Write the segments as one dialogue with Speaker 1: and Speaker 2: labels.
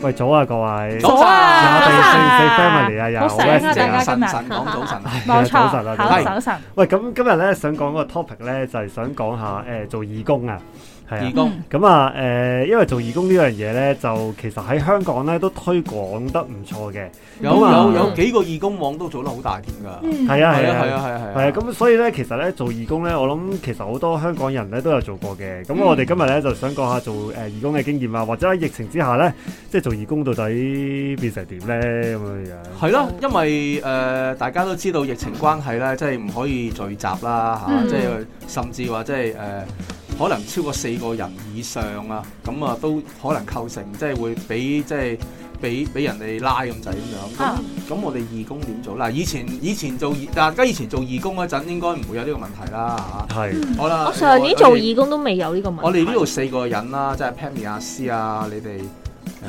Speaker 1: 喂，早啊各位，
Speaker 2: 早
Speaker 1: 我
Speaker 2: 啊
Speaker 1: 哋
Speaker 2: 早
Speaker 1: 四四
Speaker 3: 啊
Speaker 1: family 啊，有
Speaker 3: 好醒啊
Speaker 1: West
Speaker 3: 大家
Speaker 1: 啊，
Speaker 3: 今日
Speaker 2: 神神講早晨
Speaker 1: 係啊
Speaker 3: 冇
Speaker 1: 早晨啊早
Speaker 3: 錯，考
Speaker 1: 晨
Speaker 3: 手神，
Speaker 1: 喂，咁今日咧想講個 topic 咧，就係、想講下誒、做義工啊，係啊
Speaker 2: 義。工
Speaker 3: 嗯
Speaker 1: 咁啊，誒、因為做義工呢樣嘢咧，就其實喺香港咧都推廣得唔錯嘅，
Speaker 2: 有
Speaker 1: 咁啊
Speaker 2: 有有幾個義工網都做得好大添㗎，
Speaker 3: 嗯
Speaker 1: 係啊，係啊，
Speaker 2: 係啊係啊
Speaker 1: 係啊，咁所以咧，其實咧做義工咧，我諗其實好多香港人咧都有做過嘅。咁我哋今日咧就想講下做誒、義工嘅經驗啊，或者喺疫情之下咧，即係做義工到底變成點咧咁樣樣。
Speaker 2: 係咯，因為誒、呃大家都知道疫情關係咧，即係唔可以聚集啦嚇，
Speaker 3: 嗯
Speaker 2: 即係甚至話即係誒、呃可能超過四個人以上啊，咁啊都可能構成即係會俾即係俾俾人哋拉咁滯咁樣。咁
Speaker 3: 啊
Speaker 2: 咁我哋義工點做嗱？以前以前做義，大家以前做義工嗰陣應該唔會有呢個問題啦嚇。
Speaker 1: 係
Speaker 2: 好啦，
Speaker 4: 我上年做
Speaker 2: 我哋
Speaker 4: 義工都未有呢個問題。
Speaker 2: 我哋哦呢度四個人啦，即係 Pammy 阿詩啊，你哋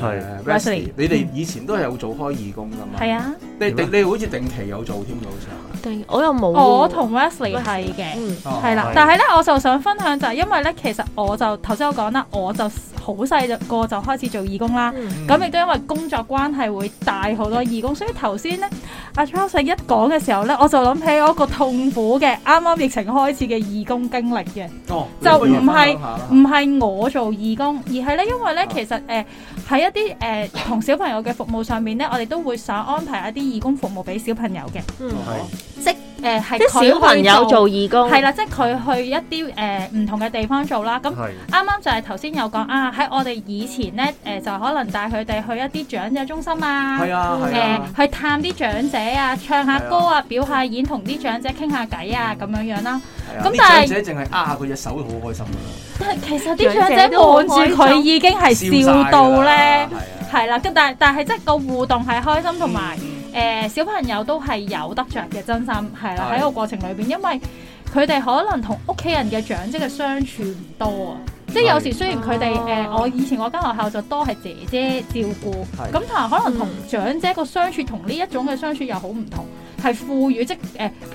Speaker 2: 誒
Speaker 1: 係
Speaker 2: Wesley，
Speaker 3: Wesley
Speaker 2: 你哋以前都係有做開義工㗎嘛？
Speaker 3: 係啊，
Speaker 2: 你
Speaker 1: 點
Speaker 2: 定
Speaker 1: 啊
Speaker 2: 你好似定期有做添㗎，好似係嘛
Speaker 4: 定我又冇喎。
Speaker 3: 我同 Wesley 係嘅。
Speaker 4: 嗯
Speaker 2: 嗯哦
Speaker 3: 係啦
Speaker 1: 係，
Speaker 3: 但係咧，我就想分享就係因為咧，其實我就頭先我講啦，我就好細個就開始做義工啦。
Speaker 4: 嗯
Speaker 3: 咁亦都因為工作關係會帶好多義工，所以頭先咧阿 Charles 一講嘅時候咧，我就諗起我一個痛苦嘅啱啱疫情開始嘅義工經歷嘅，
Speaker 2: 哦，
Speaker 3: 就唔係
Speaker 2: 你不如分享下啦
Speaker 3: 唔係我做義工，而係咧因為
Speaker 2: 啊
Speaker 3: 咧其實誒喺、一啲誒同小朋友嘅服務上面咧，我哋都會想安排一啲義工服務俾小朋友嘅，
Speaker 4: 嗯
Speaker 3: 啊
Speaker 2: 哦
Speaker 3: 誒係
Speaker 4: 即係
Speaker 3: 佢
Speaker 4: 小朋
Speaker 3: 去
Speaker 4: 友做義工，
Speaker 3: 係啦，即係佢去一啲誒唔同嘅地方做
Speaker 2: 啊
Speaker 3: 啦，咁。
Speaker 1: 係
Speaker 3: 啱啱就係頭先有講啊，喺我哋以前咧，誒、就可能帶佢哋去一啲長者中心啊，
Speaker 2: 係啊
Speaker 3: 誒、
Speaker 2: 係啊，
Speaker 3: 去探啲長者啊，唱下歌啊，表下演，同啲長者傾下偈啊，咁樣樣啦。
Speaker 2: 係啊
Speaker 3: 咁
Speaker 2: 啲
Speaker 3: 但
Speaker 2: 長
Speaker 3: 係
Speaker 2: 者淨係握下佢隻手，好開心㗎
Speaker 3: 但係其實啲長者望住佢已經
Speaker 2: 啦，
Speaker 3: 係笑到咧，
Speaker 2: 係啊，
Speaker 3: 係啦。咁但係但係即係個互動係開心，同埋
Speaker 2: 嗯
Speaker 3: 誒小朋友都係有得着嘅，真心係啦。
Speaker 2: 係
Speaker 3: 喺個過程裏邊，因為佢哋可能同屋企人嘅長者嘅相處唔多啊。即係有時雖然佢哋
Speaker 4: 哦
Speaker 3: 誒，我以前嗰間學校就多係姐姐照顧，
Speaker 2: 係
Speaker 3: 咁但係可能同
Speaker 4: 嗯
Speaker 3: 長者個相處同呢一種嘅相處又好唔同，係賦予即誒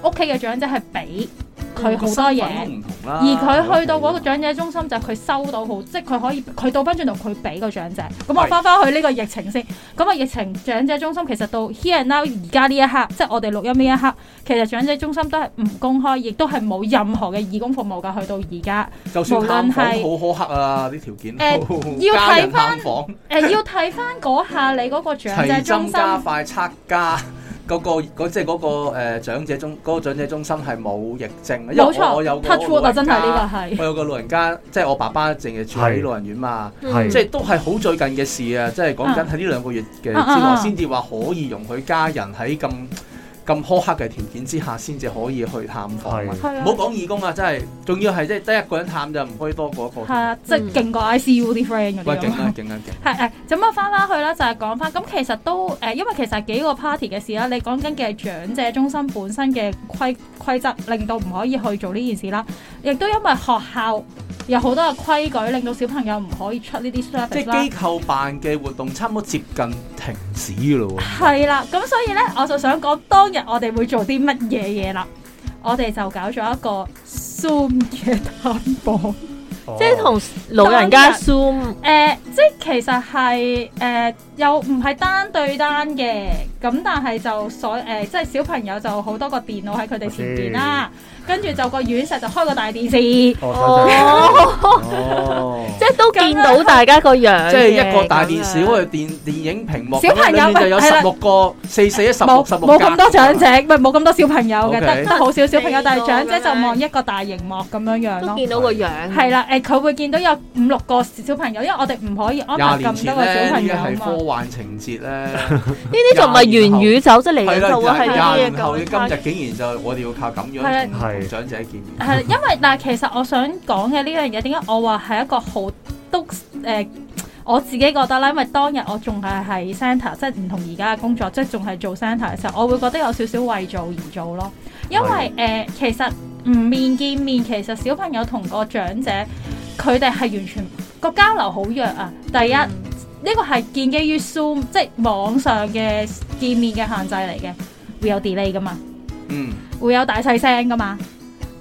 Speaker 3: 屋企嘅長者係俾佢好
Speaker 2: 個
Speaker 3: 多
Speaker 2: 身份
Speaker 3: 嘢
Speaker 2: 好。唔同啦，
Speaker 3: 而佢去到嗰個
Speaker 2: 長
Speaker 3: 長者中心就佢收到好，即係佢可以佢倒翻轉頭佢俾個長者。咁我
Speaker 2: 係
Speaker 3: 翻翻去呢個疫情先，咁啊疫情長者中心其實到 here and now 而家呢一刻，即係我哋錄音呢一刻，其實長者中心都係唔公開，亦都係冇任何嘅義工服務㗎。去到 而家，
Speaker 2: 就算探
Speaker 3: 無論
Speaker 2: 訪
Speaker 3: 係
Speaker 2: 好苛刻啊，啲條件
Speaker 3: 誒要
Speaker 2: 家人
Speaker 3: 睇返
Speaker 2: 探訪
Speaker 3: 誒、要睇翻嗰下你嗰個長者
Speaker 2: 齊
Speaker 3: 中
Speaker 2: 針
Speaker 3: 心
Speaker 2: 加快測加。 嗰、個嗰即係嗰個誒、呃、長者中嗰、個長者中心係冇疫症，因為
Speaker 3: 冇
Speaker 2: 我我有
Speaker 3: 錯
Speaker 2: 個
Speaker 3: ，touch wood
Speaker 2: 老
Speaker 3: 啊，
Speaker 2: 人
Speaker 3: 真
Speaker 2: 家
Speaker 3: 係呢個係。
Speaker 2: 我有個老人家，即係我爸爸淨係住喺
Speaker 1: 係
Speaker 2: 老人院嘛，
Speaker 1: 係
Speaker 2: 即係都係好最近嘅事啊！即係講緊喺呢兩個月嘅
Speaker 3: 啊啊
Speaker 2: 之
Speaker 3: 啊
Speaker 2: 內，先至話可以容許家人喺咁咁苛刻嘅條件之下，先至可以去探訪啊。
Speaker 1: 係
Speaker 3: 係
Speaker 2: 唔
Speaker 3: 啊
Speaker 2: 好講義工啊，真係，仲要係即係得一個人探就唔可以多過一
Speaker 3: 係
Speaker 2: 個。
Speaker 3: 啊，即係勁過 ICU 啲 friend 嗰
Speaker 2: 喂，
Speaker 3: 啲咁
Speaker 2: 勁啊勁啊勁！
Speaker 3: 係誒，咁啊翻翻去啦，就係講翻，咁其實都誒、因為其實幾個 party 嘅事啦，你講緊嘅係長者中心本身嘅規規則，令到唔可以去做呢件事啦，亦都因為學校有好多嘅規矩，令到小朋友唔可以出呢啲
Speaker 2: 即
Speaker 3: service 啦
Speaker 2: 係。機構辦嘅活動，差唔多接近停止咯喎。
Speaker 3: 係啦，咁所以呢，我就想講當日我哋會做啲乜嘢嘢啦。我哋就搞咗一個 Zoom 嘅 探訪，誒、
Speaker 1: 哦
Speaker 4: 即係同老人家
Speaker 3: 當日
Speaker 4: Zoom
Speaker 3: 呃即係其實係誒、呃又唔係單對單嘅，咁但係就所誒、呃即係小朋友就好多個電腦喺佢哋前邊啦，跟住就個院石就開個大電視，
Speaker 1: 哦，
Speaker 4: 哦，
Speaker 2: 哦，
Speaker 4: 即係都見到大家個樣嘅，
Speaker 2: 即係一個大電視，
Speaker 4: 咁樣
Speaker 2: 好似電電影屏幕，
Speaker 3: 小朋友
Speaker 2: 裏面就有
Speaker 3: 係
Speaker 2: 十
Speaker 3: 啦
Speaker 2: 六個四四一十六
Speaker 3: 冇
Speaker 2: 十六
Speaker 3: 冇咁多長者，唔係冇咁多小朋友嘅，
Speaker 2: OK
Speaker 3: 得得好少小朋友，
Speaker 4: 四個
Speaker 3: 但係長者就
Speaker 4: 咁樣
Speaker 3: 望一個大熒幕咁樣樣咯
Speaker 4: 都。見到個樣，
Speaker 3: 係啦，誒佢會見到有五六個小朋友，因為我哋唔可以安
Speaker 2: 廿
Speaker 3: 排
Speaker 2: 年
Speaker 3: 咁多
Speaker 2: 前
Speaker 3: 個小
Speaker 2: 咧，
Speaker 3: 朋
Speaker 2: 呢
Speaker 3: 友
Speaker 2: 啲
Speaker 3: 啊
Speaker 2: 係
Speaker 3: 嘛。
Speaker 2: 科幻情節 咧，
Speaker 4: 呢啲仲唔係元宇宙，即係
Speaker 2: 係
Speaker 4: 嚟緊
Speaker 2: 啦，
Speaker 4: 就會係呢
Speaker 2: 廿
Speaker 4: 啲嘢
Speaker 2: 年後嘅
Speaker 4: 咁
Speaker 2: 今日，竟然就我哋要靠咁樣同
Speaker 1: 係
Speaker 2: 同長者見面，
Speaker 3: 係，因為嗱，其實我想講嘅呢樣嘢，點解我話係一個好都誒、我自己覺得啦，因為當日我仲係喺 centre，即係唔同而家嘅工作，即係仲係做 centre 嘅時候，我會覺得有少少為做而做咯。因為誒、其實唔面見面，其實小朋友同個長者，佢哋係完全個交流好弱啊。第一，呢、個係建基於 Zoom，即係網上嘅見面嘅限制嚟嘅，會有 delay 噶嘛。
Speaker 2: 嗯，
Speaker 3: 會有大細聲噶嘛。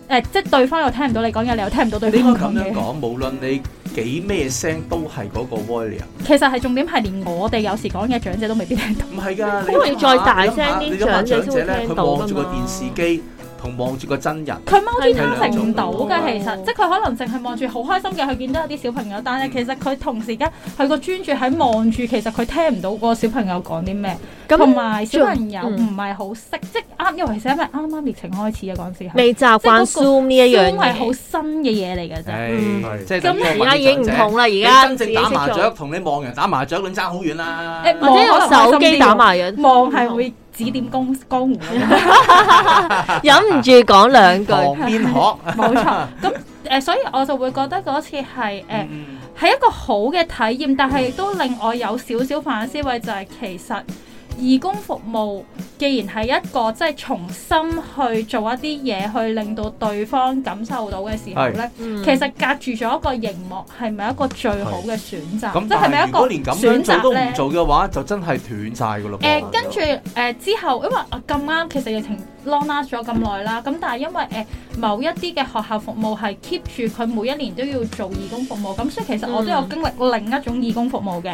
Speaker 3: 誒，即係對方又聽唔到你講嘢，你又聽唔到對
Speaker 2: 應
Speaker 3: 方
Speaker 2: 該咁
Speaker 3: 講
Speaker 2: 樣
Speaker 3: 嘢。
Speaker 2: 講，無論你幾咩聲都係嗰個 volume。
Speaker 3: 其實係重點係連我哋有時講嘅長者都未必聽到。
Speaker 2: 唔係㗎，
Speaker 4: 咁
Speaker 2: 你
Speaker 4: 你再大聲啲
Speaker 2: 你諗下
Speaker 4: 長者
Speaker 2: 長者
Speaker 4: 先會
Speaker 2: 咧，
Speaker 4: 聽
Speaker 2: 佢
Speaker 4: 到㗎嘛
Speaker 2: 望住個電視機同望住個真人，
Speaker 3: 佢 multitasking 唔到
Speaker 2: 係兩
Speaker 3: 嘅，其
Speaker 4: 種
Speaker 3: 實即係佢可能淨係望住好開心嘅，佢見到有啲小朋友，但係其實佢同時間佢個專注喺望住，其實佢聽唔到嗰個小朋友講啲咩，
Speaker 4: 咁
Speaker 3: 同埋小朋友
Speaker 4: 嗯
Speaker 3: 唔係好識，即係啱，尤其是因為啱啱疫情開始嘅嗰陣時係，
Speaker 4: 未習慣
Speaker 3: 即係嗰個
Speaker 4: Zoom 呢一樣
Speaker 3: 因為好
Speaker 4: 嘢，
Speaker 3: 新嘅嘢嚟嘅啫。
Speaker 2: 係嗯即係等於
Speaker 4: 而
Speaker 2: 我
Speaker 4: 家
Speaker 2: 問
Speaker 4: 已
Speaker 2: 你
Speaker 4: 經唔
Speaker 2: 長者
Speaker 4: 同啦，而
Speaker 2: 你
Speaker 4: 家
Speaker 2: 真
Speaker 4: 自己
Speaker 2: 正
Speaker 4: 識
Speaker 2: 打麻雀
Speaker 4: 做，
Speaker 2: 同你望人打麻雀，你爭好遠啦。
Speaker 3: 誒
Speaker 4: 或者用手機打麻雀，
Speaker 3: 望係會指點江江湖嘅。
Speaker 4: 忍唔住 講兩句
Speaker 2: 旁。 邊學，
Speaker 3: 冇錯。咁誒、呃所以我就會覺得嗰次係誒
Speaker 2: 嗯
Speaker 3: 係一個好嘅體驗，但係亦都令我有少少反思位，就係其實義工服務既然係一個即係從心去做一啲嘢，去令到對方感受到嘅時候
Speaker 2: 係
Speaker 3: 咧，
Speaker 4: 其
Speaker 3: 其實隔住咗一個熒幕係咪一個最好嘅選擇？
Speaker 2: 咁
Speaker 3: 啊即係
Speaker 2: 但係
Speaker 3: 咪一
Speaker 2: 如
Speaker 3: 個
Speaker 2: 果連咁樣
Speaker 3: 選
Speaker 2: 做
Speaker 3: 擇
Speaker 2: 都
Speaker 3: 咧
Speaker 2: 唔？做嘅話，就真係斷晒㗎咯
Speaker 3: 誒、
Speaker 2: 噃。
Speaker 3: 跟住誒、之後，因為啊咁啱，其實疫情 long last 咗咁耐啦，咁但係因為誒、某一啲嘅學校服務係 keep 住佢每一年都要做義工服務，咁所以其實我都有
Speaker 4: 嗯
Speaker 3: 經歷另一種義工服務嘅，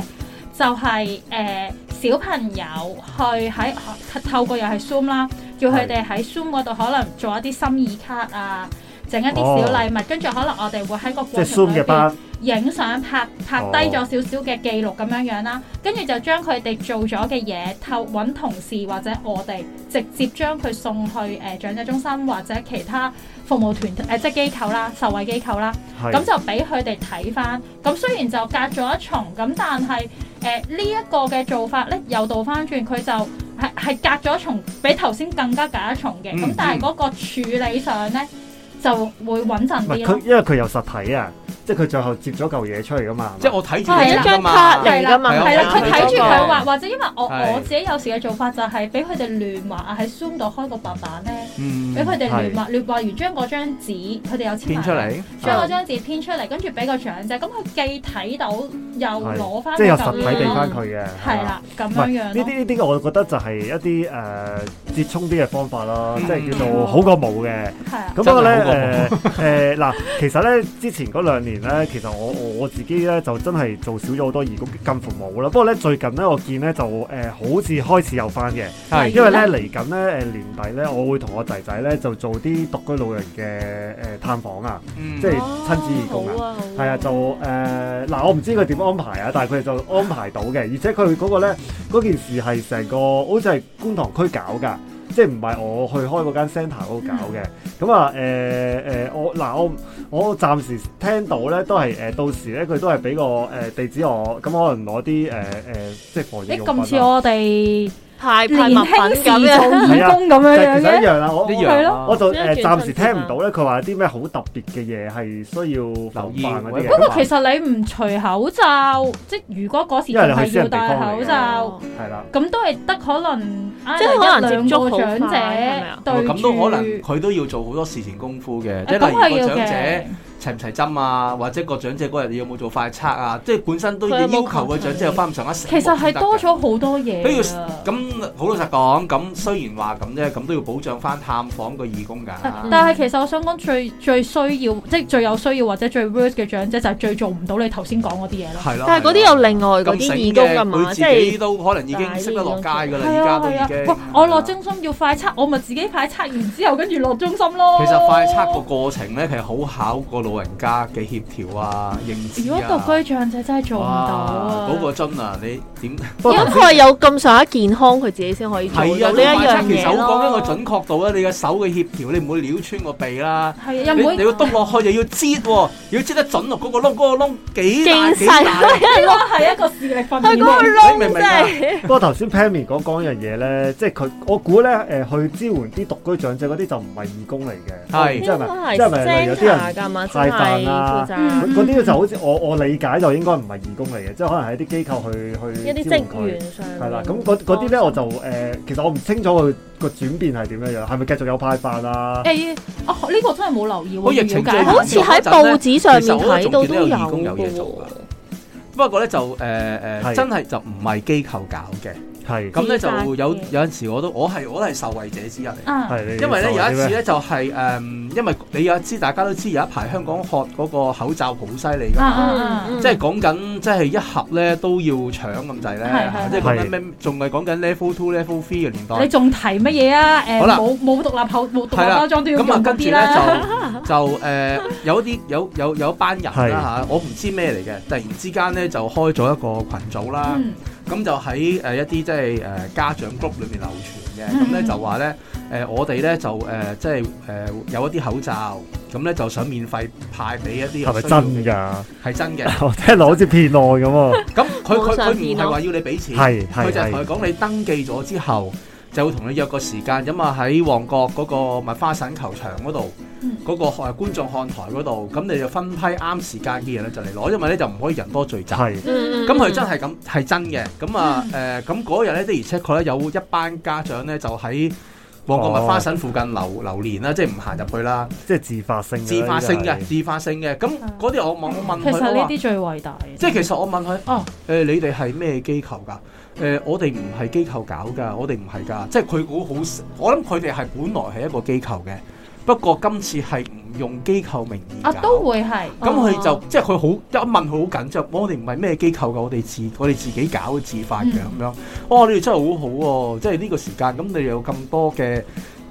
Speaker 3: 就係、誒、小朋友去喺透過又係 Zoom 啦，叫佢哋喺 Zoom 嗰度可能做一啲心意卡啊，整一啲小禮物，跟住、可能我哋會喺個過
Speaker 1: 哦即係
Speaker 3: 程
Speaker 1: Zoom
Speaker 3: 裏
Speaker 1: 嘅
Speaker 3: 邊。
Speaker 1: 班，
Speaker 3: 影相拍拍低咗少少嘅記錄咁樣樣啦，跟住就將佢哋做咗嘅嘢透揾同事或者我哋直接將佢送去誒、呃、長者中心或者其他服務團誒、呃即係機構啦、受惠機構啦，咁
Speaker 1: 係
Speaker 3: 就俾佢哋睇翻。咁雖然就隔咗一重，咁但係誒呢一個嘅做法咧又倒翻轉，佢就係係隔咗一重，比頭先更加隔一重嘅。咁、
Speaker 2: 嗯
Speaker 3: 但係嗰個處理上咧就會穩陣
Speaker 1: 唔係
Speaker 3: 啲咯
Speaker 1: 佢，。因為佢有實體啊，即係佢最後接咗嚿嘢出嚟噶嘛，
Speaker 2: 即係我睇住
Speaker 3: 係啊
Speaker 2: 你
Speaker 3: 一
Speaker 2: 㗎
Speaker 4: 啊張
Speaker 2: 嘛
Speaker 4: 卡嚟㗎嘛，
Speaker 2: 係啊
Speaker 3: 係啦，佢睇住佢
Speaker 4: 啊
Speaker 2: 話
Speaker 3: 畫，或者因為我
Speaker 2: 係
Speaker 3: 我自己有時嘅做法就係俾佢哋亂畫啊，喺 Zoom 度開個白板咧，
Speaker 2: 嗯
Speaker 3: 俾佢哋亂畫，亂畫完將嗰張紙，佢哋有簽
Speaker 2: 編
Speaker 3: 埋
Speaker 2: 出，嚟，
Speaker 3: 將嗰張紙編出嚟，跟住俾個長者，咁佢既睇到又
Speaker 1: 係
Speaker 3: 攞翻
Speaker 1: 即係有
Speaker 3: 個
Speaker 1: 實
Speaker 3: 感
Speaker 1: 體
Speaker 3: 覺
Speaker 1: 俾
Speaker 3: 咯，
Speaker 1: 翻佢嘅，
Speaker 3: 嗯係。啦，咁
Speaker 1: 唔
Speaker 3: 樣
Speaker 1: 係
Speaker 3: 樣
Speaker 1: 呢
Speaker 3: 咯
Speaker 1: 啲。呢啲，我覺得就係一啲誒、折衷啲嘅方法啦，
Speaker 2: 嗯
Speaker 1: 即係叫做好過冇嘅。
Speaker 3: 係啊，
Speaker 1: 咁不過咧誒誒嗱，其實咧之前嗰兩年咧，其實我我自己咧就真係做少咗好多義工近乎冇啦。不過咧最近咧我見咧就誒、好似開始有翻嘅，
Speaker 2: 係
Speaker 1: 因為咧嚟緊咧誒年底咧，我會同我仔仔咧就做啲獨居老人嘅誒、探訪啊，
Speaker 2: 嗯
Speaker 1: 即係親子義工啊。
Speaker 4: 啊，
Speaker 1: 係啊，就誒嗱、我唔知佢點安排啊，但係佢哋就安排到嘅，而且佢嗰個咧嗰件事係成個好似係觀塘區搞㗎，即係唔係我去開嗰間 centre 嗰度搞嘅。咁啊誒誒，我嗱、我我暫時聽到咧都係誒、呃到時咧佢都係俾個誒、地址我，咁可能攞啲誒誒即係防疫
Speaker 3: 你
Speaker 1: 用
Speaker 3: 咁似
Speaker 1: 品啊。
Speaker 3: 我哋
Speaker 4: 派
Speaker 3: 年
Speaker 4: 派物品
Speaker 3: 輕時做
Speaker 4: 咁樣。
Speaker 3: 義工咁
Speaker 1: 啊就
Speaker 3: 樣啊樣
Speaker 1: 其實
Speaker 3: 嘅
Speaker 1: 一，樣啦，我
Speaker 2: 一
Speaker 1: 我
Speaker 2: 樣
Speaker 3: 係
Speaker 2: 咯
Speaker 1: 我。就
Speaker 4: 轉
Speaker 1: 誒
Speaker 4: 一轉
Speaker 1: 暫時聽唔
Speaker 4: 先
Speaker 1: 到咧，佢話有啲咩好特別嘅嘢係需要
Speaker 2: 留
Speaker 1: 防
Speaker 2: 意
Speaker 1: 範嗰啲
Speaker 2: 或者
Speaker 1: 嘅
Speaker 3: 不。過其實你唔除口罩，即係如果嗰時仲
Speaker 1: 因為你去私
Speaker 3: 係要
Speaker 1: 人地
Speaker 3: 戴
Speaker 1: 方嚟嘅
Speaker 3: 口罩。
Speaker 1: 係啦。
Speaker 3: 咁都係得可能，啊
Speaker 4: 即係可能
Speaker 3: 唉一兩
Speaker 4: 接觸好
Speaker 3: 個長者
Speaker 4: 快係咪啊
Speaker 3: 對住
Speaker 2: 哦咁都可能佢都要做好多事前功夫嘅，即係
Speaker 3: 咁係
Speaker 2: 例如
Speaker 3: 要
Speaker 2: 個長者
Speaker 3: 嘅。
Speaker 2: 齊唔齊針啊，或者個長者嗰日有冇做快測啊，即係本身都
Speaker 4: 佢
Speaker 2: 要
Speaker 4: 有冇
Speaker 2: 要求個長者有翻咁上下成績
Speaker 3: 其實係多
Speaker 2: 先得嘅
Speaker 3: 咗好多嘢
Speaker 2: 不如
Speaker 3: 啊。
Speaker 2: 咁好老實講，咁雖然話咁啫，咁都要保障翻探訪個義 工㗎。
Speaker 3: 但
Speaker 4: 嗯
Speaker 3: 係其實我想講最最需要，即係最有需要或者最 worst 嘅長者就係最做唔到你頭先講嗰啲嘢咯。
Speaker 2: 係啦，
Speaker 4: 但係嗰啲有另外嗰啲義工㗎
Speaker 2: 咁醒嘅
Speaker 4: 嘛，
Speaker 2: 佢
Speaker 4: 即
Speaker 2: 自己
Speaker 4: 係
Speaker 2: 都可能已經識得落街㗎啦，
Speaker 3: 係
Speaker 2: 而家
Speaker 3: 啊
Speaker 2: 都已
Speaker 3: 係
Speaker 2: 經
Speaker 3: 啊，。哇！我落中心要快測，我咪自己快測完之後跟住落中心咯。
Speaker 2: 其實快測個過程咧，其實好考個老人家嘅協調啊、認知
Speaker 3: 如果
Speaker 2: 啊。
Speaker 3: 獨居長者真係做唔到啊
Speaker 2: 哇！嗰個真啊，你 點
Speaker 1: 不過
Speaker 4: 因為佢係有咁上下健康，佢自己先可以做
Speaker 2: 係啊？
Speaker 4: 到呢一
Speaker 2: 快
Speaker 4: 樣
Speaker 2: 測其實
Speaker 4: 嘢
Speaker 2: 好講緊個
Speaker 4: 咯。
Speaker 2: 準確度啊，你嘅手嘅協調，你唔會撩穿個鼻啦。
Speaker 3: 係啊，又
Speaker 2: 你
Speaker 3: 唔會
Speaker 2: 你要 篤落去又要擠喎，要擠得準落嗰個窿嗰個窿幾大
Speaker 4: 勁
Speaker 2: 幾大啊。
Speaker 4: 細，
Speaker 3: 呢個係一個視力訓
Speaker 4: 佢嗰
Speaker 3: 練嚟。
Speaker 4: 個
Speaker 2: 你明
Speaker 4: 窿
Speaker 2: 唔明
Speaker 4: 真
Speaker 2: 啊
Speaker 4: 係
Speaker 1: 不過頭先 Pammy 講講一樣嘢咧，即係佢我估咧誒去支援啲獨居長者嗰啲就唔係義工嚟嘅，
Speaker 2: 係
Speaker 1: 即係咪
Speaker 4: 哦 係
Speaker 1: 即係咪有啲人
Speaker 4: centre 㗎嘛，
Speaker 1: 派
Speaker 4: 真
Speaker 1: 飯
Speaker 4: 係
Speaker 1: 啊
Speaker 4: 負
Speaker 2: 嗯
Speaker 4: 責
Speaker 1: 嗰啲就好似我我理解就應該唔係義工嚟嘅，即係可能係一啲機構去
Speaker 4: 一
Speaker 1: 去
Speaker 4: 啲
Speaker 1: 支援
Speaker 4: 職
Speaker 1: 佢。
Speaker 4: 員上哦面
Speaker 1: 係啦，咁嗰嗰啲咧我就誒、其實我唔清楚佢個轉變係點樣樣，係咪繼續有派飯啊？
Speaker 3: 誒，哦，呢個真係冇留意
Speaker 2: 我
Speaker 3: 喎，
Speaker 2: 疫情
Speaker 3: 了解下
Speaker 4: 好似喺報紙上面睇到都
Speaker 2: 其實我都仲見到有
Speaker 4: 有
Speaker 2: 義工有嘢
Speaker 4: 嘅
Speaker 2: 做
Speaker 4: 喎
Speaker 2: 不過咧就誒誒、呃
Speaker 1: 係
Speaker 2: 真係就唔係機構搞嘅，
Speaker 1: 係
Speaker 2: 咁咧就
Speaker 3: 自發嘅
Speaker 2: 有有陣時我都我係我都係受惠者之一嚟。
Speaker 3: 啊，
Speaker 1: 係你
Speaker 2: 因為咧
Speaker 1: 受
Speaker 2: 有一次
Speaker 1: 啲咩
Speaker 2: 咧就係、誒，因為你有知大家都知有一排香港學嗰個口罩好犀利㗎
Speaker 3: 啊
Speaker 2: 嘛。
Speaker 3: 啊啊
Speaker 4: 嗯
Speaker 2: 即係講緊，即係一盒咧都要搶咁滯
Speaker 3: 係
Speaker 2: 咧
Speaker 3: 係，
Speaker 2: 即係講緊
Speaker 1: 係
Speaker 2: 咩？仲係講緊 level two、level three 嘅年代
Speaker 4: 嗯
Speaker 3: 你。仲提乜嘢啊？誒
Speaker 2: 好啦
Speaker 3: 冇冇獨立口冇獨
Speaker 2: 係
Speaker 3: 立
Speaker 2: 啦
Speaker 3: 包裝都要
Speaker 2: 咁啊，
Speaker 3: 用嗰
Speaker 2: 跟住
Speaker 3: 啲
Speaker 2: 咧
Speaker 3: 啦。
Speaker 2: 就就誒有啲有有有一班人
Speaker 1: 係
Speaker 2: 啦嚇，我唔知咩嚟嘅，突然之間咧就開咗一個群組啦。
Speaker 3: 嗯
Speaker 2: 咁就喺呃誒一啲即係誒家長 group 裏面流傳嘅，咁咧
Speaker 3: 嗯
Speaker 2: 就話咧誒我哋咧就誒即係誒呃有一啲口罩，咁咧就想免費派俾一啲
Speaker 1: 係咪真㗎？
Speaker 2: 係真嘅。
Speaker 1: 我聽落好似騙案 咁喎。
Speaker 2: 咁佢佢
Speaker 4: 網上
Speaker 2: 佢唔
Speaker 4: 見
Speaker 2: 係
Speaker 4: 咯
Speaker 2: 話要你俾錢，
Speaker 1: 係
Speaker 2: 佢
Speaker 1: 係
Speaker 2: 就係同
Speaker 1: 係
Speaker 2: 佢講你登記咗之後，就會同你約個時間，咁啊喺旺角嗰個麥花臣球場嗰度
Speaker 3: 嗯。
Speaker 2: 嗰個誒觀眾看台嗰度，咁你就分批啱時間嘅人咧就嚟攞，因為咧就唔可以人多聚集。
Speaker 1: 係
Speaker 4: 嗯
Speaker 2: 咁佢真係咁係真嘅，咁啊
Speaker 3: 嗯
Speaker 2: 誒咁嗰日咧的而且確咧有一班家長咧就喺旺角麥花臣附近流流連啦，即係唔行入去啦，
Speaker 1: 即係自發性㗎啦。
Speaker 2: 自發性嘅
Speaker 1: 呢
Speaker 2: 自發性嘅。咁
Speaker 3: 嗯
Speaker 2: 嗰啲我問我問
Speaker 3: 其實
Speaker 2: 佢
Speaker 3: 呢
Speaker 2: 我話，
Speaker 3: 啲最偉大。
Speaker 2: 啊即係其實我問佢啊誒你哋係咩機構㗎？誒、我哋唔係機構搞㗎，我哋唔係㗎，即係佢估好，我諗佢哋係本來係一個機構嘅，不過今次係唔用機構名義
Speaker 3: 啊
Speaker 2: 搞
Speaker 3: 都會係
Speaker 2: 咁佢就
Speaker 4: 哦
Speaker 2: 即係佢好一問佢好緊張，我哋唔係咩機構㗎，我哋自我哋自己搞嘅自發嘅
Speaker 3: 嗯
Speaker 2: 咁樣。哦，你哋真係好好喎！即係呢個時間，咁你哋有咁多嘅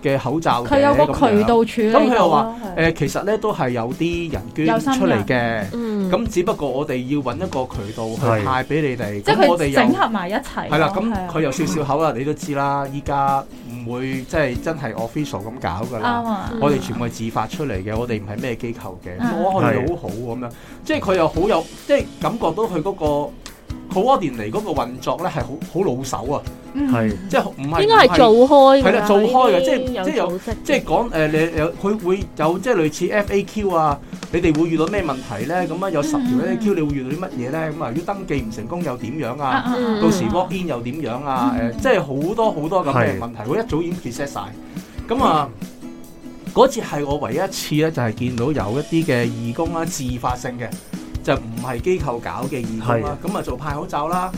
Speaker 2: 嘅口罩嘅
Speaker 3: 佢有個
Speaker 2: 咁樣
Speaker 3: 渠道處理
Speaker 2: 咁佢又
Speaker 3: 到
Speaker 2: 話
Speaker 3: 啦。
Speaker 2: 誒、
Speaker 3: 係
Speaker 2: 其實咧都係有啲人
Speaker 3: 有
Speaker 2: 捐
Speaker 3: 心
Speaker 2: 出嚟嘅，
Speaker 4: 嗯
Speaker 2: 咁、只不過我哋要揾一個渠道
Speaker 1: 係
Speaker 2: 去派俾你哋。
Speaker 3: 即係
Speaker 2: 咁我哋
Speaker 3: 佢
Speaker 2: 又
Speaker 3: 整合埋一齊咯。
Speaker 2: 係啦，咁
Speaker 3: 係啊
Speaker 2: 佢又笑笑口啦，你都知啦，依家唔會即係真係 official 咁搞㗎
Speaker 3: 啱
Speaker 2: 啦。
Speaker 3: 啊
Speaker 4: 嗯。
Speaker 2: 我哋全部係自發出嚟嘅，我哋唔係咩機構嘅，
Speaker 3: 啊
Speaker 2: 我哋
Speaker 1: 係
Speaker 2: 好好咁樣，即係佢又好有，即係感覺到佢嗰、個。好多年嚟嗰個運作咧係好好老手啊，
Speaker 3: 嗯
Speaker 1: 係
Speaker 2: 即係唔係
Speaker 4: 應該係做
Speaker 2: 唔
Speaker 4: 開㗎
Speaker 2: 係啦做開嘅即係
Speaker 4: 呢啲
Speaker 2: 即係有
Speaker 4: 組織
Speaker 2: 即係講誒你有佢會有即係類似 FAQ 啊，你哋會遇到咩問題咧？咁啊有十條
Speaker 3: 嗯嗯嗯
Speaker 2: FAQ，你會遇到啲乜嘢咧？咁啊如果登記唔成功又點樣
Speaker 3: 啊
Speaker 2: 啊？
Speaker 3: 啊啊
Speaker 2: 到時 walk in 又點樣啊？誒、
Speaker 3: 嗯
Speaker 2: 即係好多好多咁嘅
Speaker 1: 係
Speaker 2: 問題，佢一早已經 preset 晒。咁啊，
Speaker 3: 嗯
Speaker 2: 嗰次係我唯一一次咧，就係、見到有一啲嘅義工啦，自發性嘅，就唔係機構搞嘅義工啦。咁啊，做派口罩啦，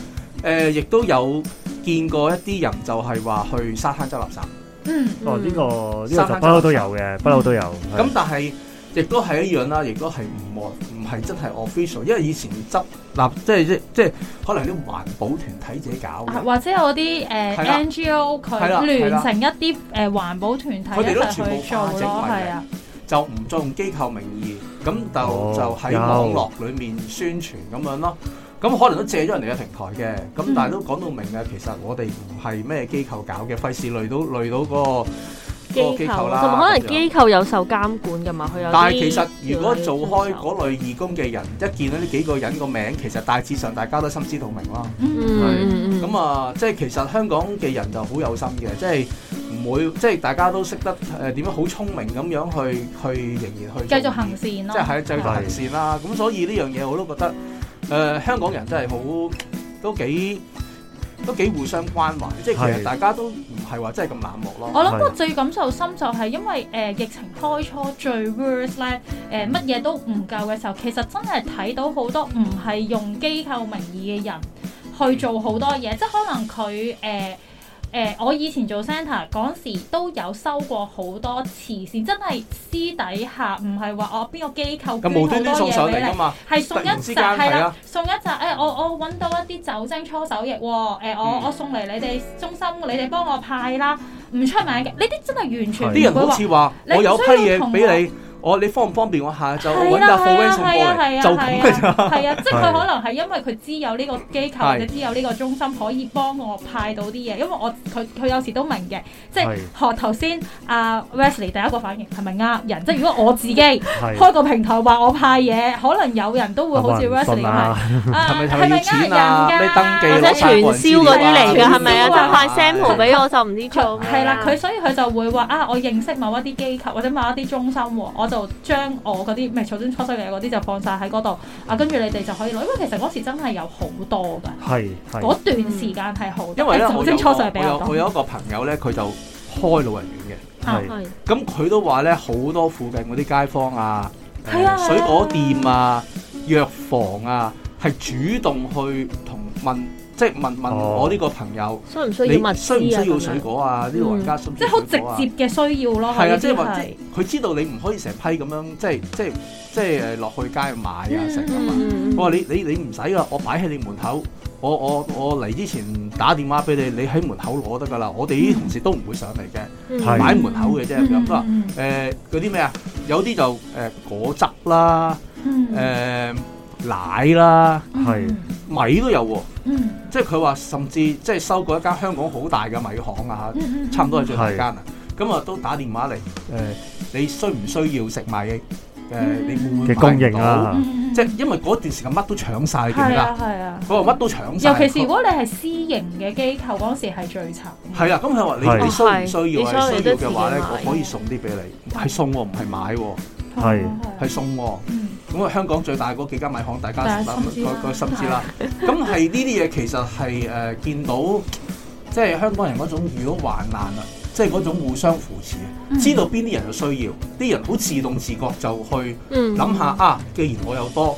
Speaker 2: 誒、亦都有見過一啲人就係話去沙灘執垃圾。
Speaker 3: 嗯
Speaker 1: 哦，呢個呢
Speaker 2: 沙
Speaker 1: 個就
Speaker 2: 灘
Speaker 1: 不嬲都有嘅，不嬲都有。
Speaker 2: 嗯咁但係亦都係一樣啦，亦都係唔惡唔係真係 official，因為以前執垃即係即即係可能啲環保團體自己搞嘅
Speaker 3: 啊或者有啲誒
Speaker 2: 係啦
Speaker 3: NGO
Speaker 2: 係啦
Speaker 3: 佢
Speaker 2: 係啦
Speaker 3: 聯成一啲誒環保團體
Speaker 2: 佢哋
Speaker 3: 一
Speaker 2: 都
Speaker 3: 齊
Speaker 2: 全部
Speaker 3: 去做
Speaker 2: 化整
Speaker 3: 咯，
Speaker 2: 為
Speaker 3: 係啊，
Speaker 2: 就唔再用機構名義，咁就、
Speaker 1: 哦
Speaker 2: 就喺
Speaker 1: 有
Speaker 2: 網絡裏面宣傳咁樣咯。咁可能都借咗人哋嘅平台嘅，
Speaker 1: 嗯
Speaker 2: 咁但係都講到明嘅，其實我哋唔係咩機構搞嘅，費事累到累到嗰個嗰個機
Speaker 4: 機
Speaker 2: 構
Speaker 4: 構
Speaker 2: 啦。
Speaker 4: 同埋可能
Speaker 2: 咁樣
Speaker 4: 機構有受監管㗎嘛，佢有啲
Speaker 2: 但係其實如果做開
Speaker 4: 條例
Speaker 2: 嗰類義工嘅人，一見到呢幾個人個名，其實大致上大家都心知肚明啦。
Speaker 4: 嗯嗯嗯
Speaker 2: 咁啊，即係其實香港嘅人就好有心嘅，即係唔會即係大家都識得誒點樣好聰明咁樣去去仍然去
Speaker 3: 繼
Speaker 2: 做
Speaker 3: 續行善
Speaker 2: 即係
Speaker 3: 咯，
Speaker 2: 喺繼續行善啦。咁所以呢樣嘢我都覺得，誒、呃香港人真係好都幾都幾互相關懷，即係其
Speaker 1: 係
Speaker 2: 實大家都唔係話真係咁冷漠咯。
Speaker 3: 我諗
Speaker 1: 係
Speaker 3: 我最感受深就係因為誒、呃疫情開初最 worst 咧，誒乜嘢都唔夠嘅時候，其實真係睇到好多唔係用機構名義嘅人去做好多
Speaker 2: 嗯
Speaker 3: 嘢，即係可能佢誒。呃誒、我以前做 centre 嗰陣時都有收過好多慈善，真係私底下唔係話我邊個機構
Speaker 2: 咁無端
Speaker 3: 捐
Speaker 2: 端
Speaker 3: 好
Speaker 2: 送
Speaker 3: 多
Speaker 2: 上
Speaker 3: 嘢俾
Speaker 2: 嚟
Speaker 3: 你
Speaker 2: 㗎。嘛，
Speaker 3: 係送一
Speaker 2: 突然之
Speaker 3: 紮
Speaker 2: 間
Speaker 3: 係
Speaker 2: 係
Speaker 3: 啦
Speaker 2: 啊，
Speaker 3: 送一紮誒、我我揾到一啲酒精搓手液喎、誒我、
Speaker 2: 嗯
Speaker 3: 我送嚟你哋中心，你哋幫我派啦，唔出名嘅，呢啲真係完全
Speaker 1: 係
Speaker 2: 啲人
Speaker 3: 唔會
Speaker 2: 好
Speaker 3: 話
Speaker 2: 似話
Speaker 3: 你
Speaker 2: 我有批
Speaker 3: 需要
Speaker 2: 嘢
Speaker 3: 同
Speaker 2: 俾你。我你方唔方便我下晝
Speaker 3: 係
Speaker 2: 揾架
Speaker 3: 啦
Speaker 2: 貨 van 送過
Speaker 3: 係啊
Speaker 2: 嚟，
Speaker 3: 係啊
Speaker 2: 就咁嘅
Speaker 3: 係
Speaker 2: 咋。
Speaker 3: 啊係啊，即係
Speaker 1: 係
Speaker 3: 佢可能係因為佢知有呢個機構
Speaker 2: 係
Speaker 3: 或者知有呢個中心可以幫我派到啲嘢，因為我佢佢有時都明嘅，即係
Speaker 1: 係
Speaker 3: 學頭先阿 Wesley 第一個反應係咪呃人？即係如果我自己開
Speaker 1: 係
Speaker 3: 個平台話我派嘢，可能有人都會好似
Speaker 1: 有冇人
Speaker 3: Wesley
Speaker 1: 信
Speaker 3: 咁
Speaker 1: 啊
Speaker 3: 係啊
Speaker 2: 嗯係咪係咪要錢啊
Speaker 3: 呃人㗎
Speaker 2: 咩
Speaker 4: 或
Speaker 2: 登記
Speaker 4: 者
Speaker 2: 攞晒
Speaker 4: 傳銷嗰啲嚟㗎，係咪啊？
Speaker 3: 傳銷啊
Speaker 4: 就派 sample 俾我就唔知做咩
Speaker 3: 係啦，佢所以佢就會話啊，我認識某一啲機構或者某一啲中心喎，我就將我嗰啲咩草根初生嘅嗰啲就放晒喺嗰度啊，跟住你哋就可以攞，因為其實嗰時真係有好多㗎，
Speaker 1: 係係
Speaker 3: 嗰段時間係好多，
Speaker 2: 嗯因為咧，
Speaker 3: 草
Speaker 2: 我有
Speaker 3: 根初
Speaker 2: 個
Speaker 3: 生
Speaker 2: 我
Speaker 3: 比較
Speaker 2: 有
Speaker 3: 多
Speaker 2: 我，有一個朋友咧，佢就開老人院嘅。
Speaker 3: 啊
Speaker 1: 係
Speaker 4: 係
Speaker 2: 咁佢都話咧，好多附近嗰啲街坊啊、誒
Speaker 3: 係啊係啊
Speaker 2: 水果店啊、藥房啊，係主動去同問，即係問問
Speaker 1: 哦
Speaker 2: 我呢個朋友，
Speaker 4: 需唔需
Speaker 2: 你
Speaker 4: 要
Speaker 2: 需
Speaker 4: 物
Speaker 2: 唔
Speaker 4: 資啊？
Speaker 2: 需要
Speaker 4: 咁樣嗯
Speaker 2: 水果啊？呢老人家需唔需
Speaker 3: 即係
Speaker 2: 要
Speaker 3: 好
Speaker 2: 水
Speaker 3: 直
Speaker 2: 果啊？
Speaker 3: 接嘅需要咯。
Speaker 2: 係啊，即係
Speaker 3: 係
Speaker 2: 話即係佢知道你唔可以成批咁樣，即係即係即係誒落去街買啊食啊嘛。
Speaker 4: 嗯
Speaker 2: 我話你你你唔使噶，我擺喺你門口。我我我嚟之前打電話俾你，你喺門口攞得噶啦。我哋啲同事都唔會上嚟嘅，
Speaker 4: 嗯
Speaker 1: 係
Speaker 2: 擺門口嘅啫咁啦。
Speaker 3: 嗯
Speaker 2: 誒嗰啲咩啊？有啲就誒、果汁啦，
Speaker 3: 嗯
Speaker 2: 誒、
Speaker 3: 嗯
Speaker 2: 奶啦，
Speaker 3: 嗯
Speaker 1: 係
Speaker 2: 米都有喎、
Speaker 3: 嗯
Speaker 2: 即係佢話甚至即係收過一間香港好大嘅米行啊，
Speaker 3: 嗯嗯
Speaker 2: 差唔多係最大間啊。咁啊都打電話嚟誒、你需唔需要食米誒、
Speaker 3: 嗯
Speaker 2: 你會唔會
Speaker 1: 嘅供應啊
Speaker 2: 買唔到
Speaker 1: 啦，
Speaker 3: 嗯
Speaker 2: 即係因為嗰段時間乜都搶晒，你記唔記
Speaker 3: 係
Speaker 2: 得？
Speaker 3: 啊係啊，
Speaker 2: 佢話乜都搶晒，
Speaker 3: 尤其是如果你係私營嘅機構嗰時係最慘。
Speaker 2: 係啊啦，咁佢話
Speaker 1: 係
Speaker 2: 你你需唔需要啊？
Speaker 4: 係
Speaker 2: 你
Speaker 4: 你
Speaker 2: 需要
Speaker 4: 需要你都自
Speaker 2: 嘅
Speaker 4: 己
Speaker 2: 話咧，
Speaker 4: 買
Speaker 2: 我可以送啲俾你，係送喎，唔係買喎，
Speaker 1: 係
Speaker 2: 係送喎。
Speaker 3: 嗯
Speaker 2: 咁啊，香港最大嗰幾間米行，大家
Speaker 3: 大家
Speaker 2: 諗
Speaker 3: 心知啦
Speaker 2: 個個心知啦。咁係呢啲嘢其實係誒、呃、見到，即係香港人嗰種遇到患難啊，即係嗰種互相扶持，啊
Speaker 3: 嗯
Speaker 2: 知道邊啲人有需要，啲人好自動自覺就去
Speaker 4: 嗯
Speaker 2: 諗下啊，既然我又多，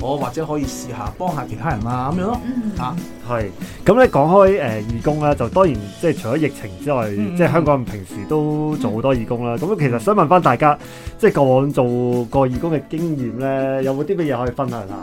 Speaker 2: 我或者可以試下幫下其他人啦咁樣咯。
Speaker 3: 嗯
Speaker 2: 啊
Speaker 1: 係，咁咧講開誒、呃、義工啦，就當然即係除咗疫情之外，
Speaker 2: 嗯
Speaker 1: 即係香港人平時都做好多義工啦。咁、其實想問翻大家，即係過往做過義工嘅經驗咧，有冇啲乜嘢可以分享下？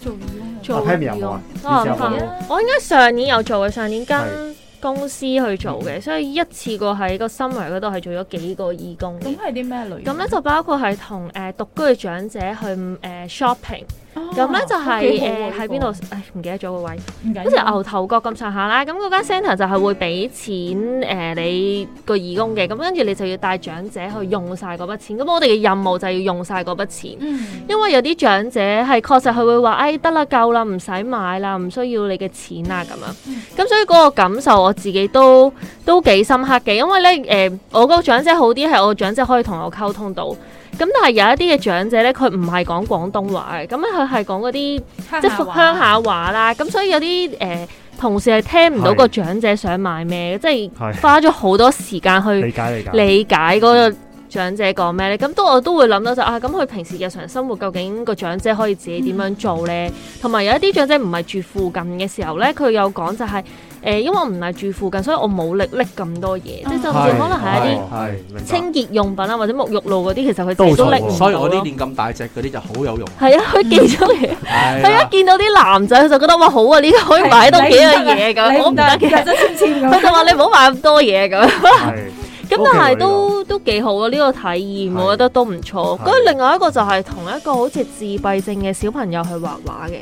Speaker 3: 做義
Speaker 4: 做
Speaker 1: 阿 Pammy 有冇啊？
Speaker 4: 義
Speaker 1: 以前有
Speaker 4: 工
Speaker 1: 冇
Speaker 4: 啊？我應該上年有做嘅，上年
Speaker 1: 係
Speaker 4: 跟公司去做嘅，所以一次過喺個 summer 嗰度係做咗幾個義工嘅
Speaker 3: 咁。係啲咩類型？
Speaker 4: 咁咧就包括係同誒獨居嘅長者去誒 shopping，
Speaker 3: 哦
Speaker 4: 咁咧就
Speaker 3: 都幾好
Speaker 4: 係
Speaker 3: 喎
Speaker 4: 誒喺邊度？唉唔記得咗個位，
Speaker 3: 呢個唔
Speaker 4: 好
Speaker 3: 緊
Speaker 4: 似
Speaker 3: 要
Speaker 4: 牛頭角咁上下啦。咁嗰間 centre 就係會俾錢
Speaker 3: 嗯
Speaker 4: 誒你個義工嘅，咁跟住你就要帶長者去用晒嗰筆錢。咁我哋嘅任務就係要用晒嗰筆錢。
Speaker 3: 嗯
Speaker 4: 因為有啲長者係確實佢會話：，哎，得啦，夠啦，唔使買啦，唔需要你嘅錢啦，咁樣。咁所以嗰個感受我自己都都幾深刻嘅，因為咧，誒、我嗰個長者好啲係我個長者可以同我溝通到。咁但係有一啲嘅長者咧，佢唔係講廣東話嘅，咁咧佢係講嗰啲即係
Speaker 3: 鄉下
Speaker 4: 鄉下話啦。咁所以有啲誒、同事係聽唔到個長者想買咩嘅，即
Speaker 1: 係
Speaker 4: 係花咗好多時間去。
Speaker 1: 理解理解。
Speaker 4: 理解嗰個長者講咩咧？咁都我都會諗到就啊，咁佢平時日常生活究竟個長者可以自己點樣做咧？同埋有一啲長者唔係住附近嘅時候咧，佢有講就係、誒、因為我唔係住附近，所以我冇力拎咁多嘢，即係甚至
Speaker 3: 係
Speaker 4: 可能係一啲
Speaker 2: 啲
Speaker 1: 係明白
Speaker 4: 清潔用品啊，或者沐浴露嗰啲，其實佢自己都拎唔到咯
Speaker 2: 所以我呢練咁大隻嗰啲就好有用。
Speaker 4: 係啊，佢記咗嘢。
Speaker 2: 係啊啦
Speaker 4: 佢一見到啲男仔，佢就覺得哇好啊，呢、個可以擺到幾樣嘢咁，我唔得嘅。
Speaker 3: 即係簽簽
Speaker 4: 佢就話你唔好買咁多嘢咁。
Speaker 1: 係
Speaker 4: 咁
Speaker 1: OK
Speaker 4: 但
Speaker 1: 喎
Speaker 4: 係都啊都幾好啊！呢、個體驗
Speaker 1: 係
Speaker 4: 我覺得都唔錯。
Speaker 1: 係
Speaker 4: 跟住另外一個就係同一個好似自閉症嘅小朋友去畫畫嘅，